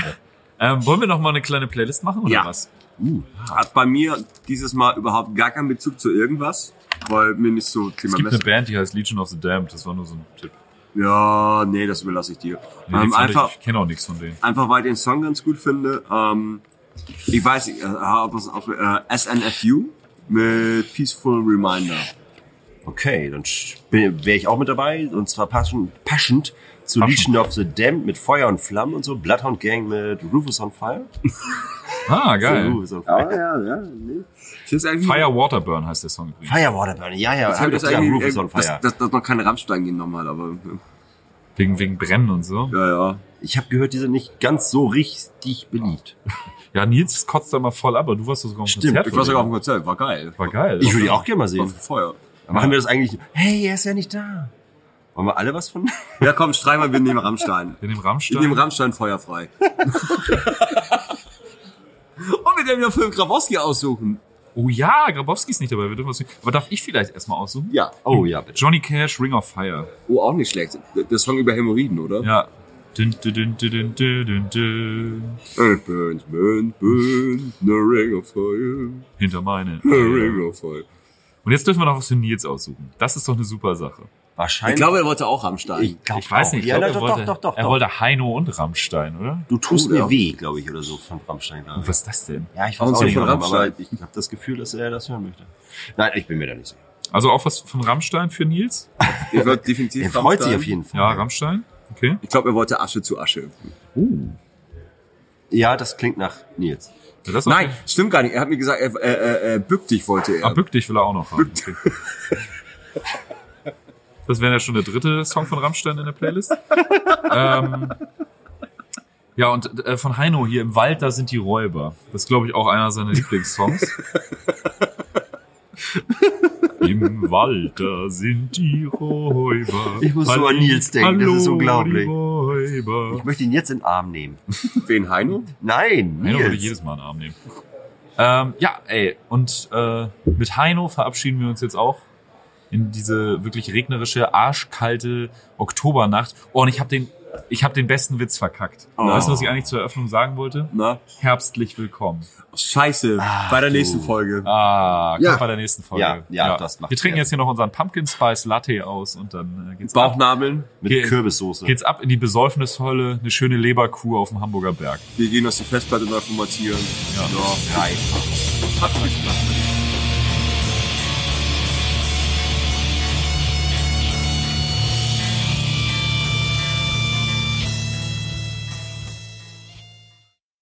[SPEAKER 2] ähm, wollen wir noch mal eine kleine Playlist machen oder
[SPEAKER 3] Ja.
[SPEAKER 2] was?
[SPEAKER 4] Uh.
[SPEAKER 3] Hat bei mir dieses Mal überhaupt gar keinen Bezug zu irgendwas, weil mir nicht so
[SPEAKER 2] Es gibt
[SPEAKER 3] Thema
[SPEAKER 2] eine Band, die heißt Legion of the Damned. Das war nur so ein Tipp.
[SPEAKER 3] Ja, nee, das überlasse ich dir.
[SPEAKER 2] Nee, die
[SPEAKER 3] ähm,
[SPEAKER 2] fand
[SPEAKER 3] einfach,
[SPEAKER 2] ich ich kenne auch nichts von denen.
[SPEAKER 3] einfach weil ich den Song ganz gut finde. Ähm, ich weiß, ich äh, habe was auf äh, SNFU mit Peaceful Reminder.
[SPEAKER 4] Okay, dann sch- bin- wäre ich auch mit dabei. Und zwar passend, passend zu
[SPEAKER 2] Passend.
[SPEAKER 4] Legion of the Damned mit Feuer und Flammen und so. Bloodhound Gang mit Rufus on Fire.
[SPEAKER 2] Ah, geil.
[SPEAKER 4] Rufus on Fire.
[SPEAKER 3] ja, ja. Nee. Ich hätte eigentlich-
[SPEAKER 2] Fire Waterburn heißt der Song übrigens.
[SPEAKER 4] Firewater Burning, ja, ja.
[SPEAKER 3] ich habe
[SPEAKER 4] hab
[SPEAKER 3] das
[SPEAKER 4] ich gesagt,
[SPEAKER 3] eigentlich,
[SPEAKER 4] Rufus
[SPEAKER 3] äh,
[SPEAKER 4] on Fire.
[SPEAKER 3] dass, dass, dass noch kein Rammstein genommen hat, aber äh,
[SPEAKER 2] Wegen, wegen Brennen und so.
[SPEAKER 3] ja, ja.
[SPEAKER 4] ich habe gehört, die sind nicht ganz so richtig beliebt.
[SPEAKER 2] Ja, Nils kotzt da mal voll ab, aber du warst sogar auf dem
[SPEAKER 4] Stimmt,
[SPEAKER 2] Konzert.
[SPEAKER 3] Ich war sogar auf
[SPEAKER 2] von
[SPEAKER 3] dem Konzert, war geil.
[SPEAKER 2] denen. War geil.
[SPEAKER 4] Ich würde die auch gerne mal
[SPEAKER 3] War
[SPEAKER 4] sehen.
[SPEAKER 3] Feuer.
[SPEAKER 4] Machen wir das eigentlich? Hey, er ist ja nicht da. Wollen wir alle was von? <laughs>
[SPEAKER 3] Ja, komm, streich mal, wir nehmen Rammstein.
[SPEAKER 2] In dem
[SPEAKER 3] Ich
[SPEAKER 2] Rammstein.
[SPEAKER 3] nehme Rammstein
[SPEAKER 4] <laughs>
[SPEAKER 3] feuerfrei. Und wir dürfen ja Film Grabowski aussuchen.
[SPEAKER 2] oh ja, Grabowski ist nicht dabei. Wir dürfen was aber darf ich vielleicht erstmal aussuchen?
[SPEAKER 3] Ja.
[SPEAKER 4] Oh ja, bitte.
[SPEAKER 2] Johnny Cash, Ring of Fire.
[SPEAKER 3] Oh, auch nicht schlecht. Der- Der Song über Hämorrhoiden, oder?
[SPEAKER 2] Ja. Dün, dün, dün, dün, dün, dün, dün.
[SPEAKER 3] It burns, burns, burns, the ring of fire,
[SPEAKER 2] Hinter meine.
[SPEAKER 3] the ring of fire.
[SPEAKER 2] Und jetzt dürfen wir noch was für Nils aussuchen. Das ist doch eine super Sache.
[SPEAKER 4] Wahrscheinlich.
[SPEAKER 3] er wollte auch Rammstein.
[SPEAKER 4] Ich glaub
[SPEAKER 2] Ich weiß
[SPEAKER 4] auch.
[SPEAKER 2] nicht, ich
[SPEAKER 4] Ja,
[SPEAKER 2] glaub,
[SPEAKER 4] doch,
[SPEAKER 2] er, wollte,
[SPEAKER 4] doch, doch, doch,
[SPEAKER 2] er
[SPEAKER 4] doch.
[SPEAKER 2] wollte Heino und Rammstein, oder?
[SPEAKER 4] Du tust
[SPEAKER 3] Oh, ja.
[SPEAKER 4] mir weh, glaube ich, oder so von Rammstein. Glaub
[SPEAKER 2] Und
[SPEAKER 4] ich.
[SPEAKER 2] was ist das denn?
[SPEAKER 4] Ja, ich weiß
[SPEAKER 3] Warum
[SPEAKER 4] auch
[SPEAKER 3] so
[SPEAKER 4] nicht,
[SPEAKER 3] von
[SPEAKER 4] warum,
[SPEAKER 3] Rammstein?
[SPEAKER 4] aber ich habe das Gefühl, dass er das hören möchte. Nein, ich bin mir da nicht sicher.
[SPEAKER 2] Also auch was von Rammstein für Nils?
[SPEAKER 3] Ich würde definitiv
[SPEAKER 4] Er freut sich
[SPEAKER 3] Rammstein.
[SPEAKER 4] auf jeden Fall. <laughs>
[SPEAKER 2] Ja, Rammstein. Okay.
[SPEAKER 3] Ich glaube, er wollte Asche zu Asche.
[SPEAKER 4] Oh. Ja, das klingt nach Nils.
[SPEAKER 2] Ja, das ist
[SPEAKER 3] Nein,
[SPEAKER 2] okay.
[SPEAKER 3] stimmt gar nicht. Er hat mir gesagt, er, äh, äh, äh, bück dich wollte er.
[SPEAKER 2] Ah, bück dich will er auch noch haben. Okay. Das wäre ja schon der dritte Song von Rammstein in der
[SPEAKER 4] <laughs>
[SPEAKER 2] Playlist. ähm, ja, und äh, von Heino hier im Wald, da sind die Räuber. Das ist, glaube ich, auch einer seiner
[SPEAKER 4] <laughs>
[SPEAKER 2] Lieblingssongs. Im Wald, da sind die Räuber.
[SPEAKER 4] Ich muss so an Nils denken, das ist unglaublich.
[SPEAKER 2] Die Räuber.
[SPEAKER 4] Ich möchte ihn jetzt in den Arm nehmen.
[SPEAKER 3] Wen, Heino?
[SPEAKER 4] Nein,
[SPEAKER 2] Heino würde ich
[SPEAKER 4] Nils.
[SPEAKER 2] jedes Mal einen Arm nehmen. Ähm, ja, ey, und äh, mit Heino verabschieden wir uns jetzt auch in diese wirklich regnerische, arschkalte Oktobernacht. Oh, und ich habe den, ich habe den besten Witz verkackt.
[SPEAKER 4] Oh.
[SPEAKER 2] Weißt du, was ich eigentlich zur Eröffnung sagen wollte?
[SPEAKER 3] Na?
[SPEAKER 2] Herbstlich willkommen.
[SPEAKER 3] Scheiße. bei der nächsten
[SPEAKER 4] du.
[SPEAKER 3] Folge.
[SPEAKER 2] Ah, kommt
[SPEAKER 8] Ja.
[SPEAKER 2] bei der nächsten Folge.
[SPEAKER 4] Ja, ja, das macht
[SPEAKER 2] Wir trinken
[SPEAKER 4] Sinn.
[SPEAKER 2] jetzt hier noch unseren Pumpkin Spice Latte aus und dann äh, geht's ab.
[SPEAKER 3] Bauchnabeln.
[SPEAKER 4] Mit
[SPEAKER 2] Ge-
[SPEAKER 4] Kürbissoße.
[SPEAKER 2] Geht's ab in die Besäufnisholle, eine schöne Leberkuh auf dem Hamburger Berg.
[SPEAKER 3] Wir gehen aus der Festplatte neu formatieren. Ja.
[SPEAKER 4] Drei.
[SPEAKER 3] Hat euch Spaß.